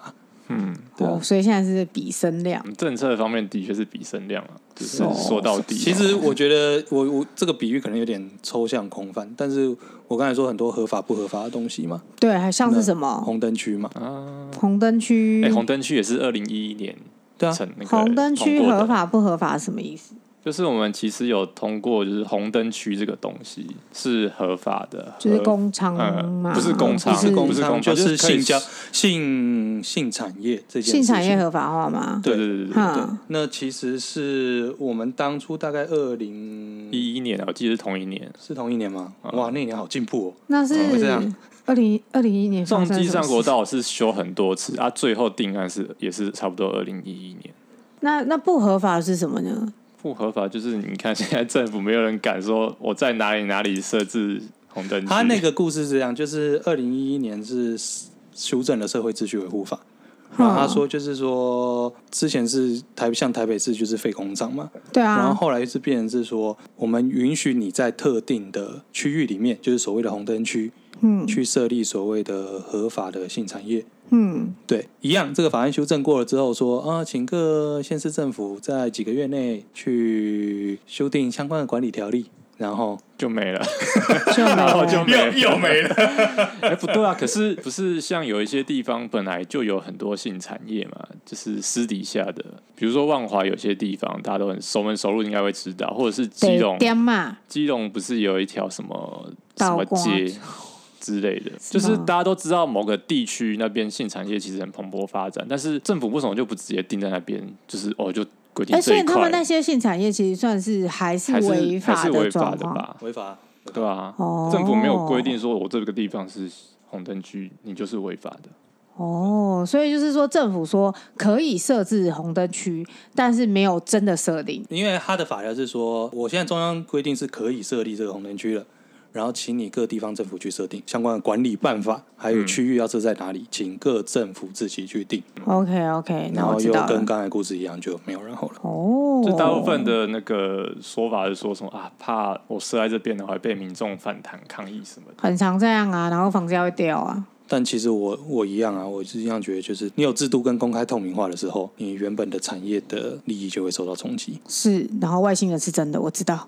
[SPEAKER 2] 嗯，
[SPEAKER 3] 对啊
[SPEAKER 1] 哦，所以现在是比升量
[SPEAKER 2] 我，们政策方面的确是比声量啊，就是
[SPEAKER 1] 哦
[SPEAKER 2] 说到底， 啊
[SPEAKER 3] 其实我觉得我我这个比喻可能有点抽象空泛，但是我刚才说很多合法不合法的东西嘛，
[SPEAKER 1] 对，还像是什
[SPEAKER 3] 那
[SPEAKER 1] 么
[SPEAKER 3] 红灯区嘛，
[SPEAKER 2] 啊，
[SPEAKER 1] 红灯区
[SPEAKER 2] 哎，，红灯区也是二零一一年
[SPEAKER 3] 对啊，
[SPEAKER 2] 成那个
[SPEAKER 1] 红灯区
[SPEAKER 2] 通过的
[SPEAKER 1] 合，法不合法是什么意思？
[SPEAKER 2] 就是我们其实有通过，就是红灯区这个东西是合法的，
[SPEAKER 1] 就是
[SPEAKER 2] 合
[SPEAKER 1] 工厂
[SPEAKER 2] 嗯
[SPEAKER 1] 嘛，
[SPEAKER 2] 不是工厂
[SPEAKER 1] 就是
[SPEAKER 2] 不
[SPEAKER 3] 工
[SPEAKER 2] 是
[SPEAKER 3] 商
[SPEAKER 2] 工商
[SPEAKER 3] 啊就
[SPEAKER 2] 就
[SPEAKER 3] 是
[SPEAKER 2] 是可以
[SPEAKER 3] 性交性性产业这件事
[SPEAKER 1] 性
[SPEAKER 3] 情
[SPEAKER 1] 产业合法化吗？
[SPEAKER 2] 对对对对对，
[SPEAKER 1] 哼，
[SPEAKER 3] 那其实是我们当初大概二零
[SPEAKER 2] 一一年啊，我记得是同一年。
[SPEAKER 3] 是同一年吗？哇，那一年好进步哦！
[SPEAKER 1] 那
[SPEAKER 3] 怎么会这样
[SPEAKER 1] 是二零二零一年发
[SPEAKER 2] 重
[SPEAKER 1] 生
[SPEAKER 2] 机
[SPEAKER 1] 什么
[SPEAKER 2] 上
[SPEAKER 1] 事
[SPEAKER 2] 国道是修很多次啊，最后定案是也是差不多二零一一年。
[SPEAKER 1] 那那不合法是什么呢？
[SPEAKER 2] 不合法就是你看现在政府没有人敢说我在哪里哪里设置红灯区，
[SPEAKER 3] 他那个故事是这样，就是二零一一年是修正了社会秩序维护法，
[SPEAKER 1] 嗯
[SPEAKER 3] 然后他说就是说之前是台像台北市就是废工厂嘛，
[SPEAKER 1] 对啊，
[SPEAKER 3] 然后后来是变成是说我们允许你在特定的区域里面，就是所谓的红灯区，
[SPEAKER 1] 嗯
[SPEAKER 3] 去设立所谓的合法的性产业，
[SPEAKER 1] 嗯，
[SPEAKER 3] 对，一样，这个法案修正过了之后说，啊，请各县市政府在几个月内去修订相关的管理条例，然后
[SPEAKER 2] 就没了。
[SPEAKER 1] 就没
[SPEAKER 2] 然后
[SPEAKER 1] 了
[SPEAKER 2] 哦就没了
[SPEAKER 3] 又哦没了。
[SPEAKER 2] 哎、不对啊！可是不是像有一些地方本来就有很多性产业嘛，就是私底下的，比如说万华有些地方大家都很熟门熟路，应该会知道，或者是基
[SPEAKER 1] 得
[SPEAKER 2] 隆，
[SPEAKER 1] 点嘛，
[SPEAKER 2] 基隆不是有一条什么什
[SPEAKER 1] 道
[SPEAKER 2] 么
[SPEAKER 1] 光
[SPEAKER 2] 街之类的，就是大家都知道某个地区那边性产业其实很蓬勃发展，但是政府为什么就不直接定在那边？就是哦，就规定
[SPEAKER 1] 哎，所
[SPEAKER 2] 这一
[SPEAKER 1] 以他
[SPEAKER 2] 块
[SPEAKER 1] 们那些性产业其实算是还是
[SPEAKER 2] 还是
[SPEAKER 1] 违
[SPEAKER 2] 还
[SPEAKER 1] 法
[SPEAKER 2] 是违法
[SPEAKER 1] 状
[SPEAKER 2] 的
[SPEAKER 1] 况。
[SPEAKER 2] 吧？
[SPEAKER 3] 违法，
[SPEAKER 2] 对啊，
[SPEAKER 1] 哦
[SPEAKER 2] 政府没有规定说我这个地方是红灯区，你就是违法的。
[SPEAKER 1] 哦，所以就是说，政府说可以设置红灯区，但是没有真的设定。
[SPEAKER 3] 因为他的法条是说，我现在中央规定是可以设立这个红灯区了，然后请你各地方政府去设定相关的管理办法，还有区域要设在哪里，请各政府自己去定。
[SPEAKER 1] OK OK，那
[SPEAKER 3] 然
[SPEAKER 1] 我
[SPEAKER 3] 后
[SPEAKER 1] 知
[SPEAKER 3] 又
[SPEAKER 1] 道
[SPEAKER 3] 跟
[SPEAKER 1] 了。
[SPEAKER 3] 刚才故事一样，就没有然后了。
[SPEAKER 1] 哦，
[SPEAKER 2] 就大部分的那个说法是说什么啊，怕我设在这边的话被民众反弹抗议什么的。
[SPEAKER 1] 很常这样啊，然后房价会掉啊。
[SPEAKER 3] 但其实我我一样啊，我是一样觉得，就是你有制度跟公开透明化的时候，你原本的产业的利益就会受到冲击。
[SPEAKER 1] 是，然后外星人是真的，我知 道。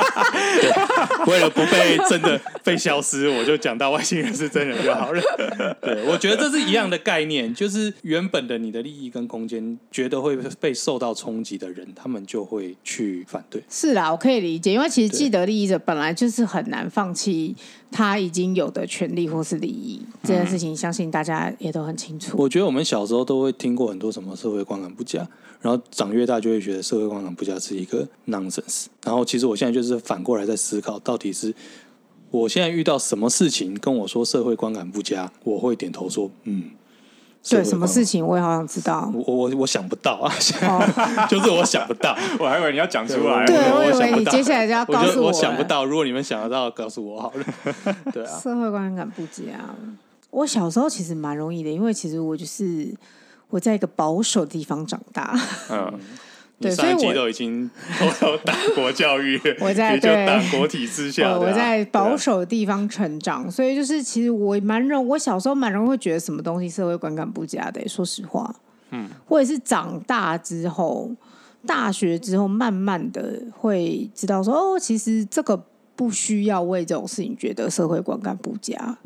[SPEAKER 3] 为了不被真的被消失，我就讲到外星人是真人就好了。 对，我觉得这是一样的概念，就是原本的你的利益跟空间，觉得会被受到冲击的人，他们就会去反对。
[SPEAKER 1] 是啦，我可以理解，因为其实
[SPEAKER 3] 对
[SPEAKER 1] 既得利益者本来就是很难放弃他已经有的权利或是利益，这件事情相信大家也都很清楚。
[SPEAKER 3] 我觉得我们小时候都会听过很多什么社会观感不佳，然后长越大就会觉得社会观感不佳是一个 nonsense。然后其实我现在就是反过来在思考，到底是我现在遇到什么事情跟我说社会观感不佳，我会点头说嗯。社
[SPEAKER 1] 对，
[SPEAKER 3] 会
[SPEAKER 1] 什么
[SPEAKER 3] 观感
[SPEAKER 1] 事情我也好想知道。
[SPEAKER 3] 我我我我想不到啊，
[SPEAKER 1] 哦，
[SPEAKER 3] 就是我想不到，
[SPEAKER 2] 我还以为你要讲出来，
[SPEAKER 1] 对，
[SPEAKER 3] 我
[SPEAKER 1] 我以
[SPEAKER 3] 想不
[SPEAKER 1] 为你
[SPEAKER 3] 到
[SPEAKER 1] 接下来就要
[SPEAKER 3] 我
[SPEAKER 1] 告
[SPEAKER 3] 就
[SPEAKER 1] 诉
[SPEAKER 3] 我
[SPEAKER 1] 了
[SPEAKER 3] 想不到。如果你们想得到，告诉我好了。对啊，
[SPEAKER 1] 社会观感不佳。我小时候其实蛮容易的，因为其实我就是我在一个保守的地方长大，
[SPEAKER 2] 嗯，
[SPEAKER 1] 对，
[SPEAKER 3] 你
[SPEAKER 1] 所以
[SPEAKER 3] 上一集
[SPEAKER 1] 我
[SPEAKER 3] 都已经偷偷党国教育，
[SPEAKER 1] 我在
[SPEAKER 3] 也就
[SPEAKER 1] 对
[SPEAKER 3] 党国体 制下的啊，
[SPEAKER 1] 我我在保
[SPEAKER 3] 对啊
[SPEAKER 1] 守的地方成长，所以就是其实我蛮容，我小时候蛮容易会觉得什么东西社会观感不佳的、说实话，嗯，我也是长大之后，大学之后，慢慢的会知道说，哦，其实这个不需要为这种事情觉得社会观感不佳，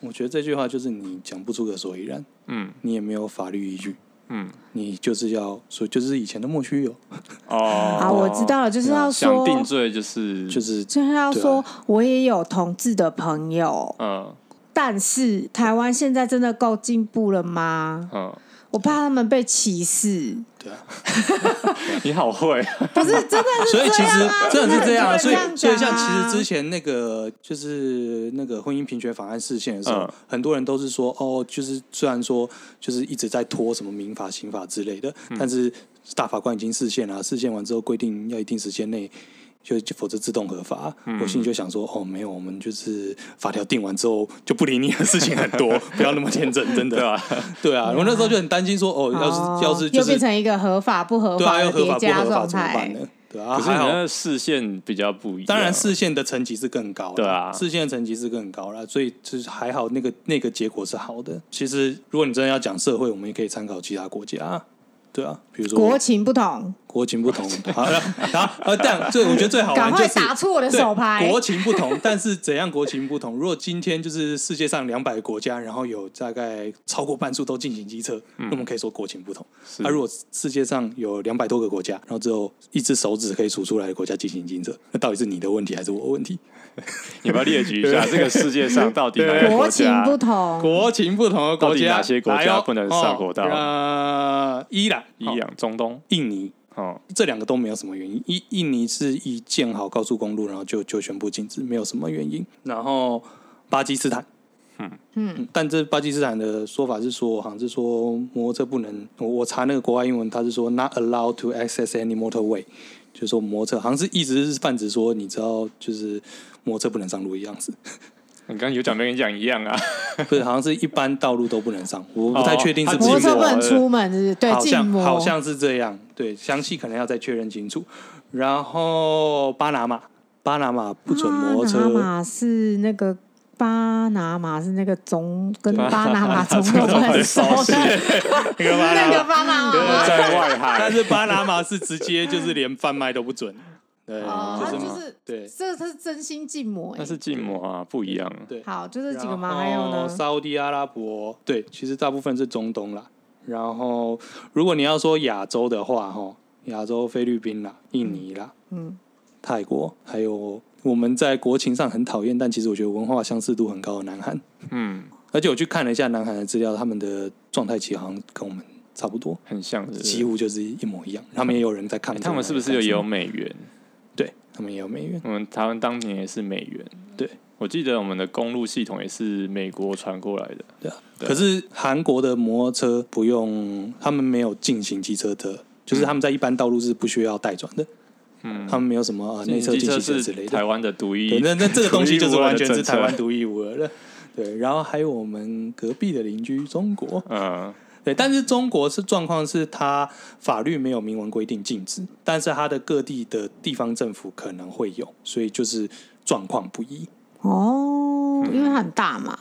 [SPEAKER 3] 我觉得这句话就是你讲不出个所以然，
[SPEAKER 2] 嗯，
[SPEAKER 3] 你也没有法律依据，
[SPEAKER 2] 嗯，
[SPEAKER 3] 你就是要说，就是以前的莫须有，
[SPEAKER 2] 哦，
[SPEAKER 1] 好，我知道了，就是
[SPEAKER 3] 啊
[SPEAKER 1] 要
[SPEAKER 2] 想
[SPEAKER 1] 说，
[SPEAKER 2] 定罪就是
[SPEAKER 3] 就是是
[SPEAKER 1] 就是要
[SPEAKER 3] 对啊
[SPEAKER 1] 说，我也有同志的朋友，
[SPEAKER 2] 嗯
[SPEAKER 1] 但是台湾现在真的够进步了吗？
[SPEAKER 2] 嗯，
[SPEAKER 1] 我怕他们被歧视，
[SPEAKER 3] 对啊。
[SPEAKER 2] 你好会，
[SPEAKER 1] 不是真的是
[SPEAKER 3] 所以其实真的是这样啊，所以所以像其实之
[SPEAKER 1] 前
[SPEAKER 3] 前那个就是那个婚姻平权法案事件的时候，
[SPEAKER 2] 嗯
[SPEAKER 3] 很多人都是说哦，就是虽然说就是一直在拖什么民法、刑法之类的，
[SPEAKER 2] 嗯
[SPEAKER 3] 但是大法官已经释宪了，释宪完之后规定要一定时间内。就否则自动合法，
[SPEAKER 2] 嗯
[SPEAKER 3] 我心里就想说，哦，没有，我们就是法条定完之后就不理你的事情很 多，不要那么天真，真的，对啊，我那时候就很担心说，哦，要是、要是就
[SPEAKER 1] 又变
[SPEAKER 3] 是
[SPEAKER 1] 成一个合法不合
[SPEAKER 3] 对啊，
[SPEAKER 1] 法
[SPEAKER 3] 要
[SPEAKER 1] 的
[SPEAKER 3] 合
[SPEAKER 1] 叠
[SPEAKER 3] 法不
[SPEAKER 1] 加
[SPEAKER 3] 合法
[SPEAKER 1] 状
[SPEAKER 3] 怎么办
[SPEAKER 1] 态，
[SPEAKER 3] 呢？对啊，
[SPEAKER 2] 可是
[SPEAKER 3] 还
[SPEAKER 2] 你
[SPEAKER 3] 好
[SPEAKER 2] 那个视线比较不一样，
[SPEAKER 3] 当然视线的层级是更高啦，
[SPEAKER 2] 啊对啊
[SPEAKER 3] 视线的层级是更高啦，所以就是还好那个那个结果是好的。其实如果你真的要讲社会，我们也可以参考其他国家啊，对啊，比如说
[SPEAKER 1] 国情不同，
[SPEAKER 3] 国情 不同，好，然后然后呃，但最我觉得最好
[SPEAKER 1] 赶
[SPEAKER 3] 玩就
[SPEAKER 1] 快
[SPEAKER 3] 是。
[SPEAKER 1] 打出我的
[SPEAKER 3] 对
[SPEAKER 1] 手牌。
[SPEAKER 3] 国情不同，但是怎样国情不同？如果今天就是世界上两百个国家，然后有大概超过半数都进行机车，
[SPEAKER 2] 嗯
[SPEAKER 3] 那我们可以说国情不同。
[SPEAKER 2] 是
[SPEAKER 3] 那、如果世界上有两百多个国家，然后只有一只手指可以数出来的国家进行机车，那到底是你的问题还是我的问题？
[SPEAKER 2] 你要不要列举一下这个世界上到底哪个
[SPEAKER 1] 国情
[SPEAKER 2] 家
[SPEAKER 1] 不同，
[SPEAKER 3] 国情不同的国
[SPEAKER 2] 到底
[SPEAKER 3] 家，
[SPEAKER 2] 哪些国
[SPEAKER 3] 来
[SPEAKER 2] 家
[SPEAKER 3] 哦
[SPEAKER 2] 不能上国道
[SPEAKER 3] 哦呃，伊朗、
[SPEAKER 2] 伊
[SPEAKER 3] 哦、
[SPEAKER 2] 朗、中东？
[SPEAKER 3] 印尼
[SPEAKER 2] 哦，
[SPEAKER 3] 这两个都没有什么原因。印印尼是一建好高速公路，然后就就宣布禁止，没有什么原因。然后巴基斯坦。
[SPEAKER 1] 嗯
[SPEAKER 3] 嗯，但这巴基斯坦的说法是说，好像是说摩托车不能，我我查那个国外英文，他是说 not allowed to access any motorway，就是说摩托车好像是一直是泛指说，你知道就是摩托车不能上路一样子。
[SPEAKER 2] 你刚刚有讲没跟你讲一样啊？
[SPEAKER 3] 不是，好像是一般道路都不能上，我不太确定是
[SPEAKER 2] 哦
[SPEAKER 3] 不
[SPEAKER 1] 啊摩
[SPEAKER 3] 是
[SPEAKER 1] 托车
[SPEAKER 2] 禁
[SPEAKER 3] 啊
[SPEAKER 1] 不
[SPEAKER 2] 摩
[SPEAKER 1] 能出门，是不是对
[SPEAKER 3] 好
[SPEAKER 1] 禁
[SPEAKER 3] 像
[SPEAKER 1] 摩，
[SPEAKER 3] 好像是这样，对，详细可能要再确认清楚。然后巴拿马，巴拿马不准摩托
[SPEAKER 1] 巴拿
[SPEAKER 3] 车，
[SPEAKER 1] 马是那个巴拿马是那个总跟
[SPEAKER 2] 对
[SPEAKER 1] 巴拿马总统很熟的
[SPEAKER 3] 那个巴拿
[SPEAKER 1] 那个
[SPEAKER 3] 马，
[SPEAKER 1] 巴拿
[SPEAKER 2] 对
[SPEAKER 1] 马。
[SPEAKER 2] 在外
[SPEAKER 3] 但
[SPEAKER 2] 海，
[SPEAKER 3] 是巴拿马是直接就是连贩卖都不准，对，
[SPEAKER 1] 哦，他
[SPEAKER 3] 就是
[SPEAKER 1] 就是
[SPEAKER 3] 对
[SPEAKER 1] 这这是真心禁摩
[SPEAKER 2] 那
[SPEAKER 1] 哎。
[SPEAKER 2] 是禁摩啊，不一样。
[SPEAKER 3] 对。
[SPEAKER 1] 好，就这几个
[SPEAKER 3] 然
[SPEAKER 1] 吗？还有
[SPEAKER 3] 后
[SPEAKER 1] 呢？
[SPEAKER 3] 沙烏地阿拉伯，对，其实大部分是中东啦。然后，如果你要说亚洲的话，哈，亚洲菲律宾啦、印尼啦、
[SPEAKER 1] 嗯，
[SPEAKER 3] 泰国，还有我们在国情上很讨厌，但其实我觉得文化相似度很高的南韩。
[SPEAKER 2] 嗯，
[SPEAKER 3] 而且我去看了一下南韩的资料，他们的状态其实好像跟我们差不多，
[SPEAKER 2] 很像是不
[SPEAKER 3] 几
[SPEAKER 2] 是。
[SPEAKER 3] 乎就是一模一样。他们也有人在抗
[SPEAKER 2] 哎
[SPEAKER 3] 争啊、
[SPEAKER 2] 他们是不是有也有
[SPEAKER 3] 干什么？
[SPEAKER 2] 美元？
[SPEAKER 3] 对他们也有美元。
[SPEAKER 2] 我们台湾当年也是美元。
[SPEAKER 3] 对，
[SPEAKER 2] 我记得我们的公路系统也是美国传过来的。
[SPEAKER 3] 对啊，
[SPEAKER 2] 对
[SPEAKER 3] 可是韩国的摩托车不用，他们没有进行机车的，就是他们在一般道路是不需要带转的，
[SPEAKER 2] 嗯，
[SPEAKER 3] 他们没有什么呃内车
[SPEAKER 2] 机
[SPEAKER 3] 进
[SPEAKER 2] 车
[SPEAKER 3] 行车之
[SPEAKER 2] 是
[SPEAKER 3] 类
[SPEAKER 2] 台
[SPEAKER 3] 的。
[SPEAKER 2] 湾的独一
[SPEAKER 3] 对，，那那这个东西就是完全是台湾
[SPEAKER 2] 独一无二的政策
[SPEAKER 3] 独一无二的。对，然后还有我们隔壁的邻居中国，
[SPEAKER 2] 嗯，
[SPEAKER 3] 对，但是中国是状况是它法律没有明文规定禁止，但是它的各地的地方政府可能会有，所以就是状况不一。
[SPEAKER 1] 哦，
[SPEAKER 3] 嗯
[SPEAKER 1] 因为它很大嘛，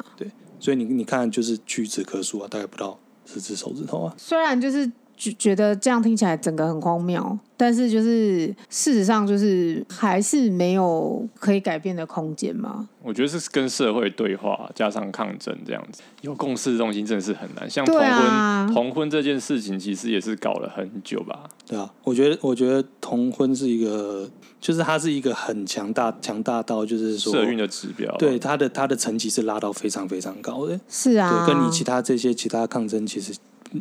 [SPEAKER 3] 所以你你看，就是屈指可数啊，大概不到十只手指头啊。
[SPEAKER 1] 虽然就是觉觉得这样听起来整个很荒谬，但是就是事实上就是还是没有可以改变的空间嘛。
[SPEAKER 2] 我觉得是跟社会对话，加上抗争这样子，有共识的东西真的是很难。像同
[SPEAKER 1] 对
[SPEAKER 2] 婚，
[SPEAKER 1] 啊
[SPEAKER 2] 同婚这件事情其实也是搞了很久吧。
[SPEAKER 3] 对啊，我觉得，我觉得同婚是一个，就是它是一个很强大、强大到就是说，
[SPEAKER 2] 社运的指标，啊
[SPEAKER 3] 对它的它的层级是拉到非常非常高的，
[SPEAKER 1] 是啊，
[SPEAKER 3] 对，跟你其他这些其他抗争其实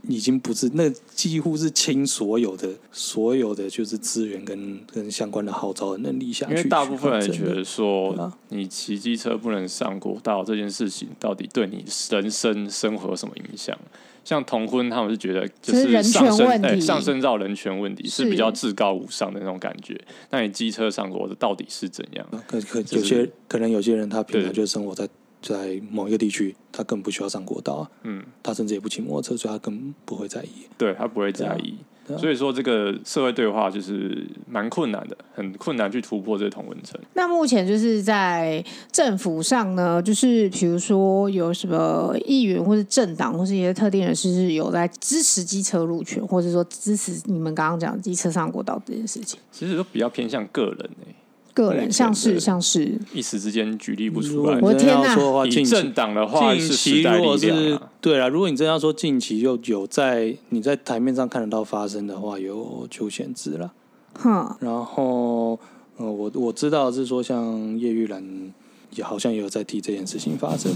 [SPEAKER 3] 已经不是，那几乎是倾所有的所有的就是资源跟跟相关的号召的能力下去
[SPEAKER 2] 因
[SPEAKER 3] 去抗争的，
[SPEAKER 2] 为大部分人觉得
[SPEAKER 3] 对
[SPEAKER 2] 说
[SPEAKER 3] 啊，
[SPEAKER 2] 你骑机车不能上国道这件事情，到底对你人生生活有什么影响？像同婚，他们是觉得就
[SPEAKER 1] 这是人
[SPEAKER 2] 是上
[SPEAKER 1] 权
[SPEAKER 2] 升，
[SPEAKER 1] 问
[SPEAKER 2] 哎、
[SPEAKER 1] 题
[SPEAKER 2] 上升到人权问题是
[SPEAKER 1] 是
[SPEAKER 2] 比较至高无上的那种感觉。那你机车上国的到底是怎样？
[SPEAKER 3] 可可
[SPEAKER 2] 就是
[SPEAKER 3] 有些可能有些人他平常
[SPEAKER 2] 对
[SPEAKER 3] 就生活在在某一个地区，他更不需要上国道啊，
[SPEAKER 2] 嗯，
[SPEAKER 3] 他甚至也不骑摩托车，所以他更不会在意。
[SPEAKER 2] 对他不会在意。
[SPEAKER 3] 对啊
[SPEAKER 2] 所以说，这个社会对话就是蛮困难的，很困难去突破这个同文层。
[SPEAKER 1] 那目前就是在政府上呢，就是比如说有什么议员或是政党或是一些特定人士是有在支持机车路权，或者说支持你们刚刚讲的机车上国道这件事情。
[SPEAKER 2] 其实都比较偏向个人诶、
[SPEAKER 1] 个人
[SPEAKER 2] 目前
[SPEAKER 1] 像是
[SPEAKER 2] 的
[SPEAKER 1] 像是
[SPEAKER 2] 一时之间举例不
[SPEAKER 3] 如
[SPEAKER 2] 出
[SPEAKER 3] 果
[SPEAKER 2] 来
[SPEAKER 3] 你。
[SPEAKER 1] 我的
[SPEAKER 3] 真的
[SPEAKER 1] 天
[SPEAKER 3] 要
[SPEAKER 1] 哪
[SPEAKER 3] 说的话，
[SPEAKER 2] 以
[SPEAKER 3] 近期
[SPEAKER 2] 政党的话
[SPEAKER 3] 近
[SPEAKER 2] 是时
[SPEAKER 3] 期
[SPEAKER 2] 代
[SPEAKER 3] 如
[SPEAKER 2] 力
[SPEAKER 3] 果
[SPEAKER 2] 量、
[SPEAKER 3] 是
[SPEAKER 2] 啊，
[SPEAKER 3] 对啦，如果你真的要说近期又有在你在台面上看得到发生的话，有邱显志啦，
[SPEAKER 1] 哼
[SPEAKER 3] 然后呃，我我知道是说像叶玉兰。也好像也有在替这件事情发 生，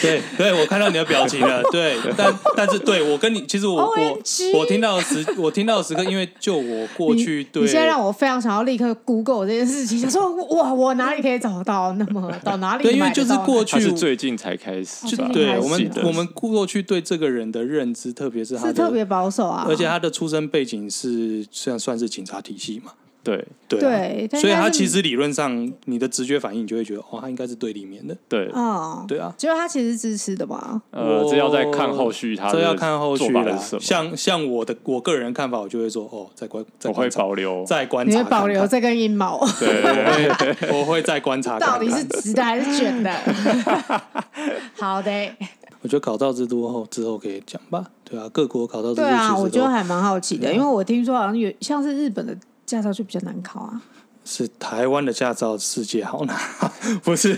[SPEAKER 3] 对对，我看到你的表情了，对，但但是对我跟你，其实 我我
[SPEAKER 1] OMG
[SPEAKER 3] 我听到的时我听到的时刻，因为就我过去
[SPEAKER 1] 你
[SPEAKER 3] 对，
[SPEAKER 1] 你现在让我非常想要立刻 Google 这件事 情，想说哇，我哪里可以找到？那么到哪里买得
[SPEAKER 3] 对，因
[SPEAKER 1] 到
[SPEAKER 3] 为
[SPEAKER 1] 呢？
[SPEAKER 3] 就是过去哦
[SPEAKER 2] 他是最近才开始
[SPEAKER 1] 就
[SPEAKER 2] 吧？
[SPEAKER 1] 还
[SPEAKER 3] 对
[SPEAKER 1] 是
[SPEAKER 3] 我
[SPEAKER 2] 记
[SPEAKER 3] 们
[SPEAKER 2] 得
[SPEAKER 3] 我们过去对这个人的认知，特别是他
[SPEAKER 1] 是
[SPEAKER 3] 的
[SPEAKER 1] 特别保守啊，
[SPEAKER 3] 而且他的出身背景是算算是警察体系嘛，
[SPEAKER 2] 对
[SPEAKER 3] 对啊、
[SPEAKER 1] 对，但
[SPEAKER 3] 所以
[SPEAKER 1] 应该
[SPEAKER 3] 他
[SPEAKER 1] 是
[SPEAKER 3] 其实理论上你的直觉反应，你就会觉得哦，他应该是对立面的，
[SPEAKER 2] 对，
[SPEAKER 1] 嗯，
[SPEAKER 3] 对啊，
[SPEAKER 1] 结果他其实是支持的嘛，
[SPEAKER 2] 呃，
[SPEAKER 3] 我
[SPEAKER 2] 这要再看后续他的
[SPEAKER 3] 这要看后续
[SPEAKER 2] 做法
[SPEAKER 3] 啦。
[SPEAKER 2] 是什么，
[SPEAKER 3] 像像我的我个人看法，我就会说哦，再观再
[SPEAKER 2] 我会
[SPEAKER 3] 观察，
[SPEAKER 2] 保留，
[SPEAKER 3] 再观
[SPEAKER 1] 你
[SPEAKER 3] 察
[SPEAKER 1] 会
[SPEAKER 3] 看看，
[SPEAKER 1] 保留这根阴毛，
[SPEAKER 2] 对
[SPEAKER 3] 我会我会再观 察看
[SPEAKER 1] 到
[SPEAKER 3] 看，
[SPEAKER 1] 底是直的还是卷 的？好的，
[SPEAKER 3] 我觉得考照制度后之后可以讲吧，对啊，各国考照制
[SPEAKER 1] 对
[SPEAKER 3] 度
[SPEAKER 1] 啊，
[SPEAKER 3] 其
[SPEAKER 1] 我
[SPEAKER 3] 实
[SPEAKER 1] 觉
[SPEAKER 3] 都啊
[SPEAKER 1] 得还蛮好奇的，因为我听说好像有像是日本的驾照就比较难考啊。
[SPEAKER 3] 是台湾的驾照世界好拿， 不是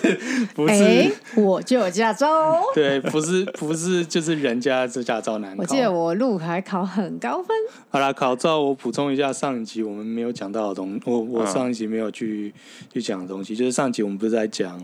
[SPEAKER 3] 不是。
[SPEAKER 1] 哎，我就有驾照哦，
[SPEAKER 3] 对，不是不是，就是人家这驾照难考。
[SPEAKER 1] 我记得我路还考很高分。
[SPEAKER 3] 好啦，考照我补充一下上一集我们没有讲到的东，我我
[SPEAKER 2] 嗯
[SPEAKER 3] 上一集没有去、去讲的东西，就是上集我们不是在讲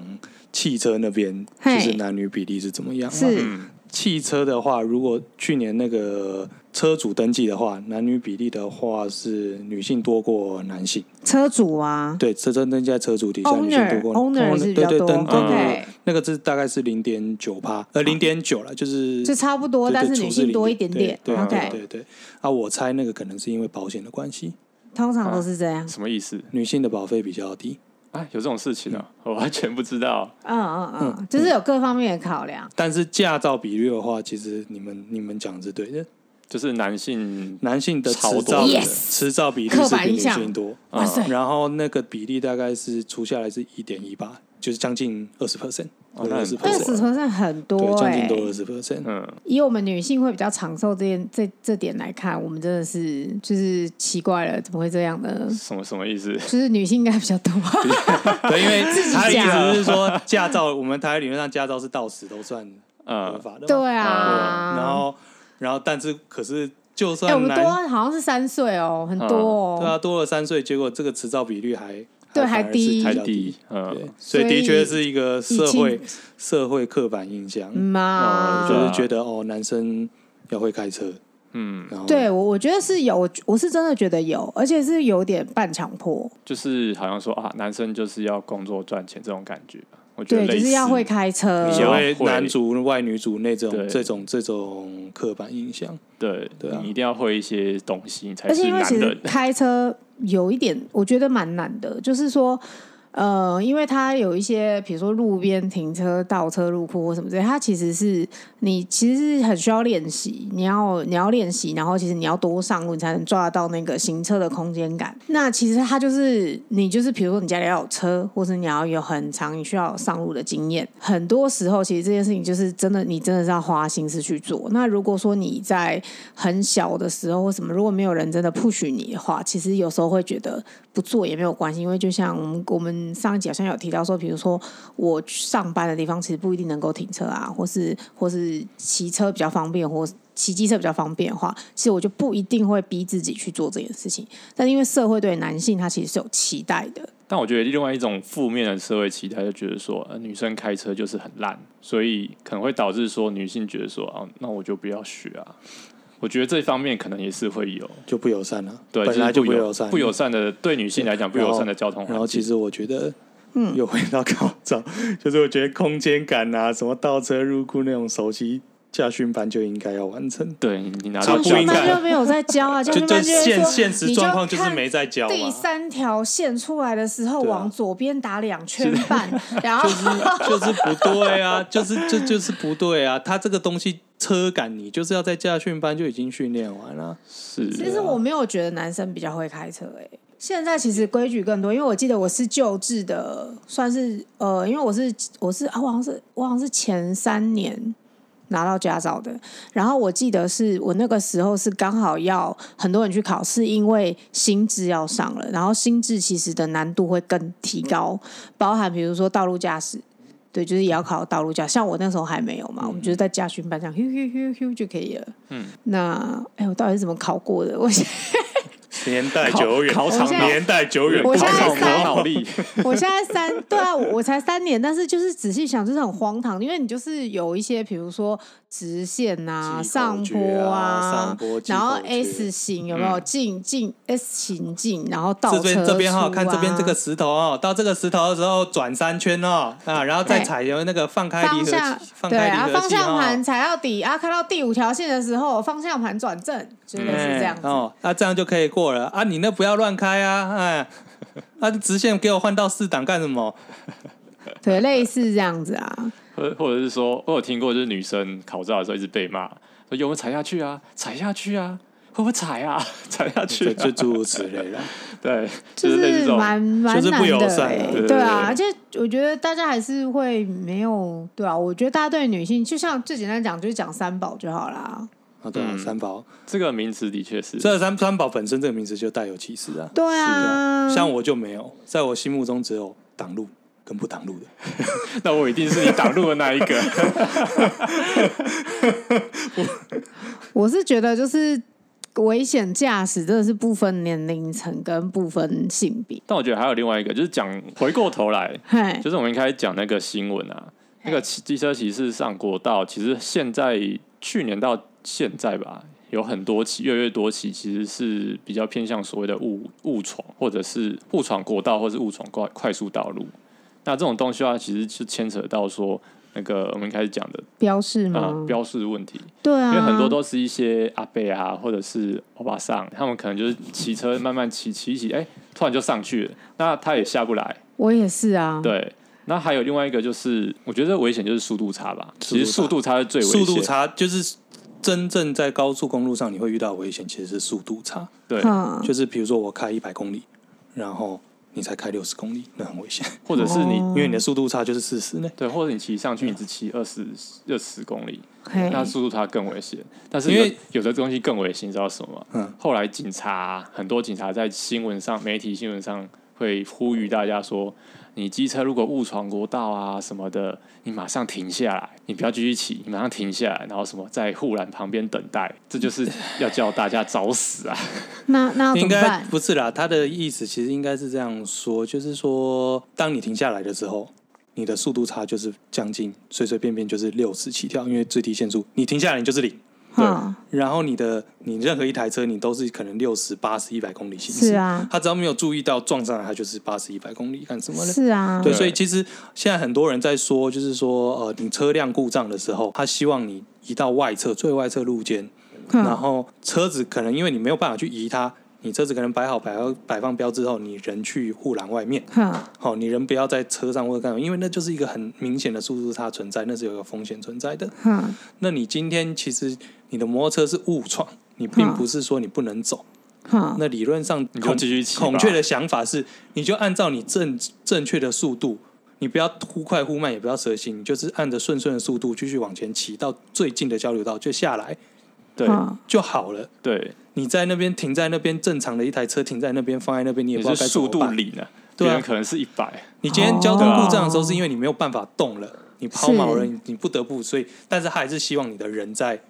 [SPEAKER 3] 汽车那边，
[SPEAKER 1] 嘿
[SPEAKER 3] 就是男女比例是怎么样嘛？
[SPEAKER 1] 是
[SPEAKER 2] 嗯，
[SPEAKER 3] 汽车的话，如果去年那个车主登记的话，男女比例的话是女性多过男性，
[SPEAKER 1] 车主啊
[SPEAKER 3] 对，车车登记在车主底下女性多
[SPEAKER 1] owner
[SPEAKER 3] 过哦
[SPEAKER 1] owner 是比较
[SPEAKER 3] 对对
[SPEAKER 1] 多
[SPEAKER 3] 登登
[SPEAKER 1] ，OK，
[SPEAKER 3] 那个是大概是零点九趴，呃，零点九了，就是
[SPEAKER 1] 就差不多，
[SPEAKER 3] 对
[SPEAKER 1] 但
[SPEAKER 3] 对
[SPEAKER 1] 是
[SPEAKER 3] 厨
[SPEAKER 1] 女
[SPEAKER 3] 师
[SPEAKER 1] 性
[SPEAKER 3] 零
[SPEAKER 1] 多一点点
[SPEAKER 3] 对对对
[SPEAKER 1] ，OK，
[SPEAKER 3] 对对。啊，我猜那个可能是因为保险的关系，
[SPEAKER 1] 通常都是这样，
[SPEAKER 2] 什么意思
[SPEAKER 3] 女性的保费比较低。
[SPEAKER 2] 啊？有这种事情啊？我完全不知道。
[SPEAKER 1] 嗯嗯嗯，就是有各方面的考量。
[SPEAKER 3] 但是驾照比率的话，其实你们你们讲的是对的，
[SPEAKER 2] 就是男性
[SPEAKER 3] 男性的
[SPEAKER 2] 超
[SPEAKER 3] 持
[SPEAKER 2] 多
[SPEAKER 3] 照
[SPEAKER 2] 的
[SPEAKER 1] Yes
[SPEAKER 3] 持照比例
[SPEAKER 1] 刻
[SPEAKER 3] 是
[SPEAKER 1] 板
[SPEAKER 3] 比
[SPEAKER 1] 印
[SPEAKER 3] 女
[SPEAKER 1] 象
[SPEAKER 3] 性多，啊
[SPEAKER 1] 哇塞，
[SPEAKER 3] 然后那个比例大概是除下来是一点一八，就是将近二十 percent，
[SPEAKER 2] 哦那很
[SPEAKER 3] 二十
[SPEAKER 2] 多
[SPEAKER 1] 二
[SPEAKER 3] percent，
[SPEAKER 1] 十 percent 很
[SPEAKER 3] 对，
[SPEAKER 1] 多
[SPEAKER 3] 将
[SPEAKER 1] 哎、
[SPEAKER 3] 近多二十 percent。
[SPEAKER 2] 嗯，
[SPEAKER 1] 以我们女性会比较长寿这件这这点来看，我们真的是就是奇怪了，怎么会这样呢？
[SPEAKER 3] 嗯
[SPEAKER 2] 什么什么意思？
[SPEAKER 1] 就是女性应该比较多，啊
[SPEAKER 3] 对，因为他的意
[SPEAKER 1] 讲
[SPEAKER 3] 思是说 驾照，我们台湾理论上驾照是到死都算合
[SPEAKER 2] 嗯，
[SPEAKER 3] 法的嘛。
[SPEAKER 1] 对啊。
[SPEAKER 2] 啊
[SPEAKER 3] 然后，然后，但是可是就
[SPEAKER 1] 哎、我
[SPEAKER 3] 算
[SPEAKER 1] 们
[SPEAKER 3] 男、
[SPEAKER 1] 多好像是三岁哦，很多哦。
[SPEAKER 3] 对啊多了三岁，结果这个持照比率还
[SPEAKER 1] 对还
[SPEAKER 3] 还
[SPEAKER 1] 低
[SPEAKER 2] 太
[SPEAKER 3] 还
[SPEAKER 2] 低
[SPEAKER 3] 低。，对
[SPEAKER 2] 嗯，，
[SPEAKER 3] 所
[SPEAKER 1] 所
[SPEAKER 3] 以
[SPEAKER 1] 以
[SPEAKER 3] 的确是一个社
[SPEAKER 1] 以嗯
[SPEAKER 3] 会
[SPEAKER 1] 前
[SPEAKER 3] 社会刻板印象，
[SPEAKER 1] 嘛、
[SPEAKER 2] 对
[SPEAKER 3] 就
[SPEAKER 2] 啊
[SPEAKER 3] 是觉得哦，男生要会开车，
[SPEAKER 2] 嗯，
[SPEAKER 3] 然后
[SPEAKER 1] 对我我觉得是有，我我是真的觉得有，而且是有点半强迫，
[SPEAKER 2] 就是好像说啊，男生就是要工作赚钱这种感觉吧，我觉得
[SPEAKER 1] 对，
[SPEAKER 2] 类
[SPEAKER 1] 就
[SPEAKER 2] 似
[SPEAKER 1] 是要会开车
[SPEAKER 2] 你。
[SPEAKER 3] 所谓
[SPEAKER 2] 要会
[SPEAKER 3] 男主外女主那
[SPEAKER 2] 对
[SPEAKER 3] 种这种这种刻板印象，
[SPEAKER 2] 对，
[SPEAKER 3] 对啊
[SPEAKER 2] 你一定要会一些东西，你才
[SPEAKER 1] 而
[SPEAKER 2] 是
[SPEAKER 1] 且因为
[SPEAKER 2] 男
[SPEAKER 1] 其实
[SPEAKER 2] 人。
[SPEAKER 1] 开车有一点，我觉得蛮难的，就是说，呃，因为它有一些，比如说路边停车、倒车入库或什么之类，它其实是你其实是很需要练习，你要你要练习，然后其实你要多上路，你才能抓得到那个行车的空间感。那其实它就是你就是，比如说你家里要有车，或是你要有很长你需要有上路的经验。很多时候，其实这件事情就是真的，你真的是要花心思去做。那如果说你在很小的时候或什么，如果没有人真的 push 你的话，其实有时候会觉得不做也没有关系，因为就像我们我们上一集好像有提到说，比如说我去上班的地方其实不一定能够停车啊，或是或是骑车比较方便，或骑机车比较方便的话，其实我就不一定会逼自己去做这件事情。但因为社会对男性他其实是有期待的，
[SPEAKER 2] 但我觉得另外一种负面的社会期待，就觉得说、呃、女生开车就是很烂，所以可能会导致说女性觉得说哦、那我就不要学啊。我觉得这方面可能也是会有，
[SPEAKER 3] 就不友善了，
[SPEAKER 2] 对，
[SPEAKER 3] 本来就
[SPEAKER 2] 不
[SPEAKER 3] 不
[SPEAKER 2] 友
[SPEAKER 3] 友善，
[SPEAKER 2] 不友善的对女性来讲不友善的交通环境。
[SPEAKER 3] 然后其实我觉得，嗯，又回到考照， 就是我觉得空间感啊，什么倒车入库那种熟悉驾训班就应该要完成。
[SPEAKER 2] 对你你拿
[SPEAKER 3] 超
[SPEAKER 1] 教
[SPEAKER 2] 到
[SPEAKER 3] 不
[SPEAKER 2] 驾
[SPEAKER 1] 训
[SPEAKER 3] 应
[SPEAKER 2] 照，
[SPEAKER 1] 班
[SPEAKER 3] 该
[SPEAKER 1] 就没有在教啊，教
[SPEAKER 3] 就
[SPEAKER 1] 训
[SPEAKER 3] 就
[SPEAKER 1] 班就会
[SPEAKER 3] 现
[SPEAKER 1] 说
[SPEAKER 3] 现实
[SPEAKER 1] 你就
[SPEAKER 3] 状况就是
[SPEAKER 1] 看
[SPEAKER 3] 没在教
[SPEAKER 1] 第
[SPEAKER 3] 嘛，
[SPEAKER 1] 三条线出来的时候，
[SPEAKER 3] 对啊
[SPEAKER 1] 往左边打两圈半， 然后
[SPEAKER 3] 就是不对啊，就是这就是不对啊。他这个东西车感，你就是要在驾训班就已经训练完了。
[SPEAKER 2] 是
[SPEAKER 1] 其实我没有觉得男生比较会开车、欸，现在其实规矩更多，因为我记得我是旧制的，算是呃，因为我是我是啊，我好像是我好像是前三年拿到驾照的，然呃后我记得是我那个时候是刚好要很多人去考试，因为新制要上了，然后新制其实的难度会更提高，包含比如说道路驾驶。对，就是也要考道路驾，像我那时候还没有嘛，我们就是在驾训班上，咻咻咻咻就可以了。嗯，那哎，我到底是怎么考过的？我现
[SPEAKER 3] 年代
[SPEAKER 2] 考
[SPEAKER 3] 久远，
[SPEAKER 2] 考
[SPEAKER 1] 场我现在
[SPEAKER 3] 年代久远，
[SPEAKER 1] 我
[SPEAKER 2] 考
[SPEAKER 1] 现在
[SPEAKER 2] 场
[SPEAKER 1] 三
[SPEAKER 2] 磨脑力，
[SPEAKER 1] 我现在三，对啊，我我才三年，但是就是仔细想，就是很荒唐，因为你就是有一些，比如说直线呐、
[SPEAKER 3] 击
[SPEAKER 1] 上
[SPEAKER 3] 口诀
[SPEAKER 1] 坡
[SPEAKER 3] 啊上坡击
[SPEAKER 1] 然后
[SPEAKER 3] 口诀嗯
[SPEAKER 1] S 型有没有进进 S 型进，然后倒车
[SPEAKER 3] 这边这边哈、
[SPEAKER 1] 出啊
[SPEAKER 3] 看这边这个石头哦，到这个石头的时候转三圈哦，啊，然后再
[SPEAKER 1] 对
[SPEAKER 3] 踩油那个放开离合
[SPEAKER 1] 方
[SPEAKER 3] 器
[SPEAKER 1] 向，
[SPEAKER 3] 放
[SPEAKER 1] 对
[SPEAKER 3] 开
[SPEAKER 1] 啊，
[SPEAKER 3] 离合
[SPEAKER 1] 方
[SPEAKER 3] 器
[SPEAKER 1] 向
[SPEAKER 3] 哦
[SPEAKER 1] 盘。踩到底啊，看到第五条线的时候，方向盘转正，就类似这样子。
[SPEAKER 3] 哎哦，那、这样就可以过了啊！你那不要乱开啊，哎，啊直线给我换到四档干什么？
[SPEAKER 1] 对，类似这样子啊。
[SPEAKER 2] 或或者是说，我有听过，就是女生考照的时候一直被骂，说有没有踩下去啊，踩下去啊，会不会踩啊， 踩下 去、
[SPEAKER 3] 就
[SPEAKER 2] 啊，
[SPEAKER 3] 就诸如此类的。
[SPEAKER 2] 对，
[SPEAKER 1] 就
[SPEAKER 2] 就是类似
[SPEAKER 1] 是
[SPEAKER 2] 这种，
[SPEAKER 1] 蛮蛮
[SPEAKER 3] 就是
[SPEAKER 1] 难
[SPEAKER 3] 不友
[SPEAKER 1] 的、
[SPEAKER 3] 善啊
[SPEAKER 1] 欸
[SPEAKER 3] 对
[SPEAKER 2] 对
[SPEAKER 1] 对啊，
[SPEAKER 2] 对
[SPEAKER 1] 而且我觉得大家还是会没有对啊，我觉得大家对女性，就像最简单讲，就是讲三宝就好啦。
[SPEAKER 3] 啊，对啊，
[SPEAKER 2] 嗯
[SPEAKER 3] 三宝，
[SPEAKER 2] 这个名词的确是，
[SPEAKER 3] 这三三宝本身这个名字就带有歧视啊。
[SPEAKER 1] 对啊，
[SPEAKER 3] 像我就没有，在我心目中只有挡路跟不挡路的，
[SPEAKER 2] 那我一定是你挡路的那一个，
[SPEAKER 1] 我是觉得就是危险驾驶真的是不分年龄层跟不分性别，
[SPEAKER 2] 但我觉得还有另外一个，就是讲回过头来，
[SPEAKER 1] 嘿，
[SPEAKER 2] 就是我们一开始讲那个新闻啊，那个骑机车骑士上国道，其实现在去年到现在吧，有很多起，越来越多起，其实是比较偏向所谓的误误闯，或者是误闯国道，或是误闯快快速道路。那这种东西的话，其实就牵扯到说那个我们一开始讲的
[SPEAKER 1] 标示吗？
[SPEAKER 2] 呃标示问题，
[SPEAKER 1] 对啊，
[SPEAKER 2] 因为很多都是一些阿伯啊，或者是欧巴桑，他们可能就是骑车慢慢骑骑一骑，哎、突然就上去了，那他也下不来。
[SPEAKER 1] 我也是啊，
[SPEAKER 2] 对，那还有另外一个就是，我觉得危险就是速度差吧。
[SPEAKER 3] 速度差
[SPEAKER 2] 其实速度差是最危险。
[SPEAKER 3] 速度差就是真正在高速公路上你会遇到的危险，其实是速度差。
[SPEAKER 2] 对，
[SPEAKER 1] 嗯，
[SPEAKER 3] 就是比如说我开一百公里，然后你才开六十公里，那很危险，
[SPEAKER 2] 或者是你、
[SPEAKER 1] 哦
[SPEAKER 3] 因为你的速度差就是四十呢。
[SPEAKER 2] 对，或者你骑上去你只骑二十二十公里，
[SPEAKER 1] 嘿，
[SPEAKER 2] 那速度它更危险。但是
[SPEAKER 3] 因
[SPEAKER 2] 因
[SPEAKER 3] 为
[SPEAKER 2] 为有的东西更危险，你知道什么吗？
[SPEAKER 3] 嗯，
[SPEAKER 2] 后来警察很多警察在新闻上、媒体新闻上会呼吁大家说，你机车如果误闯国道啊什么的，你马上停下来，你不要继续骑，你马上停下来，然后什么在护栏旁边等待，这就是要叫大家找死啊！
[SPEAKER 1] 那那要怎
[SPEAKER 3] 应
[SPEAKER 1] 么
[SPEAKER 3] 该
[SPEAKER 1] 办？
[SPEAKER 3] 不是啦，他的意思其实应该是这样说，就是说，当你停下来的时候，你的速度差就是将近随随便便就是六十起跳，因为最低限速，你停下来你就是零。
[SPEAKER 2] 对
[SPEAKER 1] 嗯，
[SPEAKER 3] 然后你的你任何一台车，你都是可能六十、八十、一百公里行驶。
[SPEAKER 1] 是啊
[SPEAKER 3] 他只要没有注意到撞上来，他就是八十、一百公里，干什么呢？
[SPEAKER 1] 是啊，
[SPEAKER 3] 对，
[SPEAKER 2] 对
[SPEAKER 3] 所以其实现在很多人在说，就是说，呃，你车辆故障的时候，他希望你移到外侧、最外侧路肩，
[SPEAKER 1] 嗯
[SPEAKER 3] 然后车子可能因为你没有办法去移它，你车子可能摆好摆好摆放标志后，你人去护栏外面，
[SPEAKER 1] 哼，
[SPEAKER 3] 好、你人不要在车上或者干嘛，因为那就是一个很明显的速度差存在，那是有一个风险存在的。
[SPEAKER 1] 哼，
[SPEAKER 3] 那你今天其实你的摩托车是误闯，你并
[SPEAKER 1] 嗯
[SPEAKER 3] 不是说你不能走。
[SPEAKER 1] 哼，
[SPEAKER 3] 那理论上
[SPEAKER 2] 你就
[SPEAKER 3] 孔
[SPEAKER 2] 继续骑吧
[SPEAKER 3] 孔雀的想法是，你就按照你正正确的速度，你不要忽快忽慢，也不要蛇行，你就是按着顺顺的速度继续往前骑到最近的交流道就下来
[SPEAKER 2] 对
[SPEAKER 1] 嗯
[SPEAKER 3] 就好了。
[SPEAKER 2] 对，
[SPEAKER 3] 你在那边停在那边，正常的一台车停在那边，放在那边，你也
[SPEAKER 2] 你
[SPEAKER 3] 不知道
[SPEAKER 2] 是
[SPEAKER 3] 该怎
[SPEAKER 2] 速
[SPEAKER 3] 么
[SPEAKER 2] 度
[SPEAKER 3] 办。
[SPEAKER 2] 零啊，
[SPEAKER 3] 对
[SPEAKER 2] 别
[SPEAKER 3] 啊
[SPEAKER 2] 人可能是一百，
[SPEAKER 3] 你今天交通
[SPEAKER 2] 哦
[SPEAKER 3] 故障的时候，是因为你没有办法动了，你抛锚了，
[SPEAKER 1] 是
[SPEAKER 3] 你你不得不，所以但是他还是希望你的人在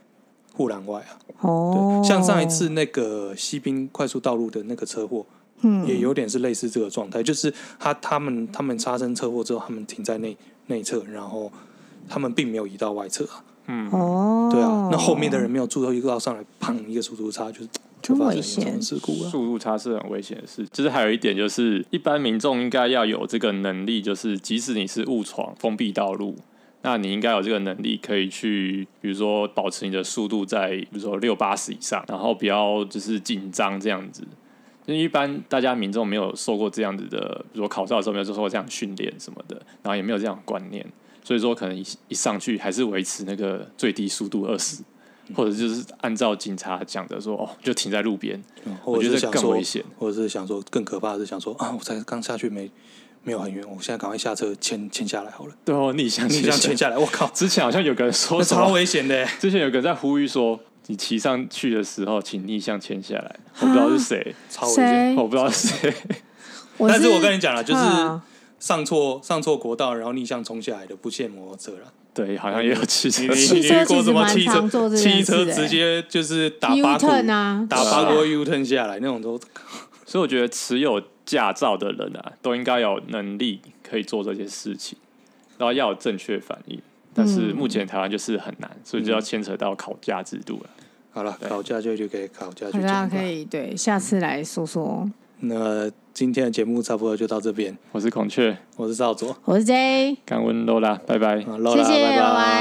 [SPEAKER 3] 护栏外啊。
[SPEAKER 1] 哦
[SPEAKER 3] 对，，像上一次那个西滨快速道路的那个车祸，
[SPEAKER 1] 嗯
[SPEAKER 3] 也有点是类似这个状态，就是他他们他们发生车祸之后，他们停在内内侧，然后他们并没有移到外侧啊，
[SPEAKER 2] 嗯，
[SPEAKER 1] 哦，
[SPEAKER 3] 对啊，那后面的人没有注意到上来，砰一个速度差，就是就
[SPEAKER 1] 真
[SPEAKER 3] 发生
[SPEAKER 1] 危
[SPEAKER 3] 这种
[SPEAKER 1] 险
[SPEAKER 3] 事故啊了。
[SPEAKER 2] 速度差是很危险的事。就是还有一点，就是一般民众应该要有这个能力，就是即使你是误闯封闭道路，那你应该有这个能力可以去，比如说保持你的速度在，比如说六八十以上，然后不要就是紧张这样子。因为一般大家民众没有受过这样子的，比如说考照的时候没有受过这样训练什么的，然后也没有这样的观念，所以说可能一一上去还是维持那个最低速度二十，或者就是按照警察讲的说哦，就停在路边，
[SPEAKER 3] 嗯或
[SPEAKER 2] 我
[SPEAKER 3] 者
[SPEAKER 2] 觉
[SPEAKER 3] 是
[SPEAKER 2] 得
[SPEAKER 3] 想
[SPEAKER 2] 更
[SPEAKER 3] 说
[SPEAKER 2] 危险，
[SPEAKER 3] 或者是想说更可怕的是想说啊，我才刚下去没没有很远，我现在赶快下车牵牵下来好了，
[SPEAKER 2] 对哦，逆向
[SPEAKER 3] 你这样牵
[SPEAKER 2] 下。
[SPEAKER 3] 下来，我 靠，
[SPEAKER 2] 之前好像有个人说
[SPEAKER 3] 那
[SPEAKER 2] 什
[SPEAKER 3] 超
[SPEAKER 2] 么，
[SPEAKER 3] 危险的欸。
[SPEAKER 2] 之前有个人在呼吁说，你骑上去的时候，请逆向牵下来。我不知道是谁，
[SPEAKER 3] 超危险。
[SPEAKER 1] 谁
[SPEAKER 2] 我？不知道是谁。
[SPEAKER 3] 但是我跟你讲了，就是
[SPEAKER 1] 嗯
[SPEAKER 3] 上错上错国道，然后逆向冲下来的不限摩托车了。
[SPEAKER 2] 对，好像也有骑车
[SPEAKER 3] 你。你
[SPEAKER 1] 汽
[SPEAKER 3] 你
[SPEAKER 1] 车
[SPEAKER 3] 遇过
[SPEAKER 1] 其
[SPEAKER 3] 什
[SPEAKER 1] 实
[SPEAKER 3] 么
[SPEAKER 1] 蛮
[SPEAKER 3] 汽车
[SPEAKER 1] 常做这件
[SPEAKER 3] 汽
[SPEAKER 1] 事
[SPEAKER 3] 车
[SPEAKER 1] 的
[SPEAKER 3] 直
[SPEAKER 1] 欸
[SPEAKER 3] 接就是打八股
[SPEAKER 1] U-turn 啊
[SPEAKER 3] 打
[SPEAKER 1] 是啊
[SPEAKER 3] 八股 U turn 下来那种都
[SPEAKER 2] 所以我觉得持有驾照的人啊，都应该有能力可以做这些事情，然后要有正确反应。但是目前台湾就是很难，所以就要牵扯到考驾制度了。
[SPEAKER 3] 好了，
[SPEAKER 2] 对
[SPEAKER 3] 考驾就就给考驾去
[SPEAKER 1] 大
[SPEAKER 3] 讲
[SPEAKER 1] 家
[SPEAKER 3] 吧
[SPEAKER 1] 可。以对下次来说说。
[SPEAKER 3] 那今天的节目差不多就到这边，
[SPEAKER 2] 我是孔雀，
[SPEAKER 3] 我是少佐，
[SPEAKER 1] 我是 J，
[SPEAKER 2] 感恩 Lola，拜拜。
[SPEAKER 3] 啊
[SPEAKER 1] 谢谢，
[SPEAKER 3] Lola，拜
[SPEAKER 1] 拜。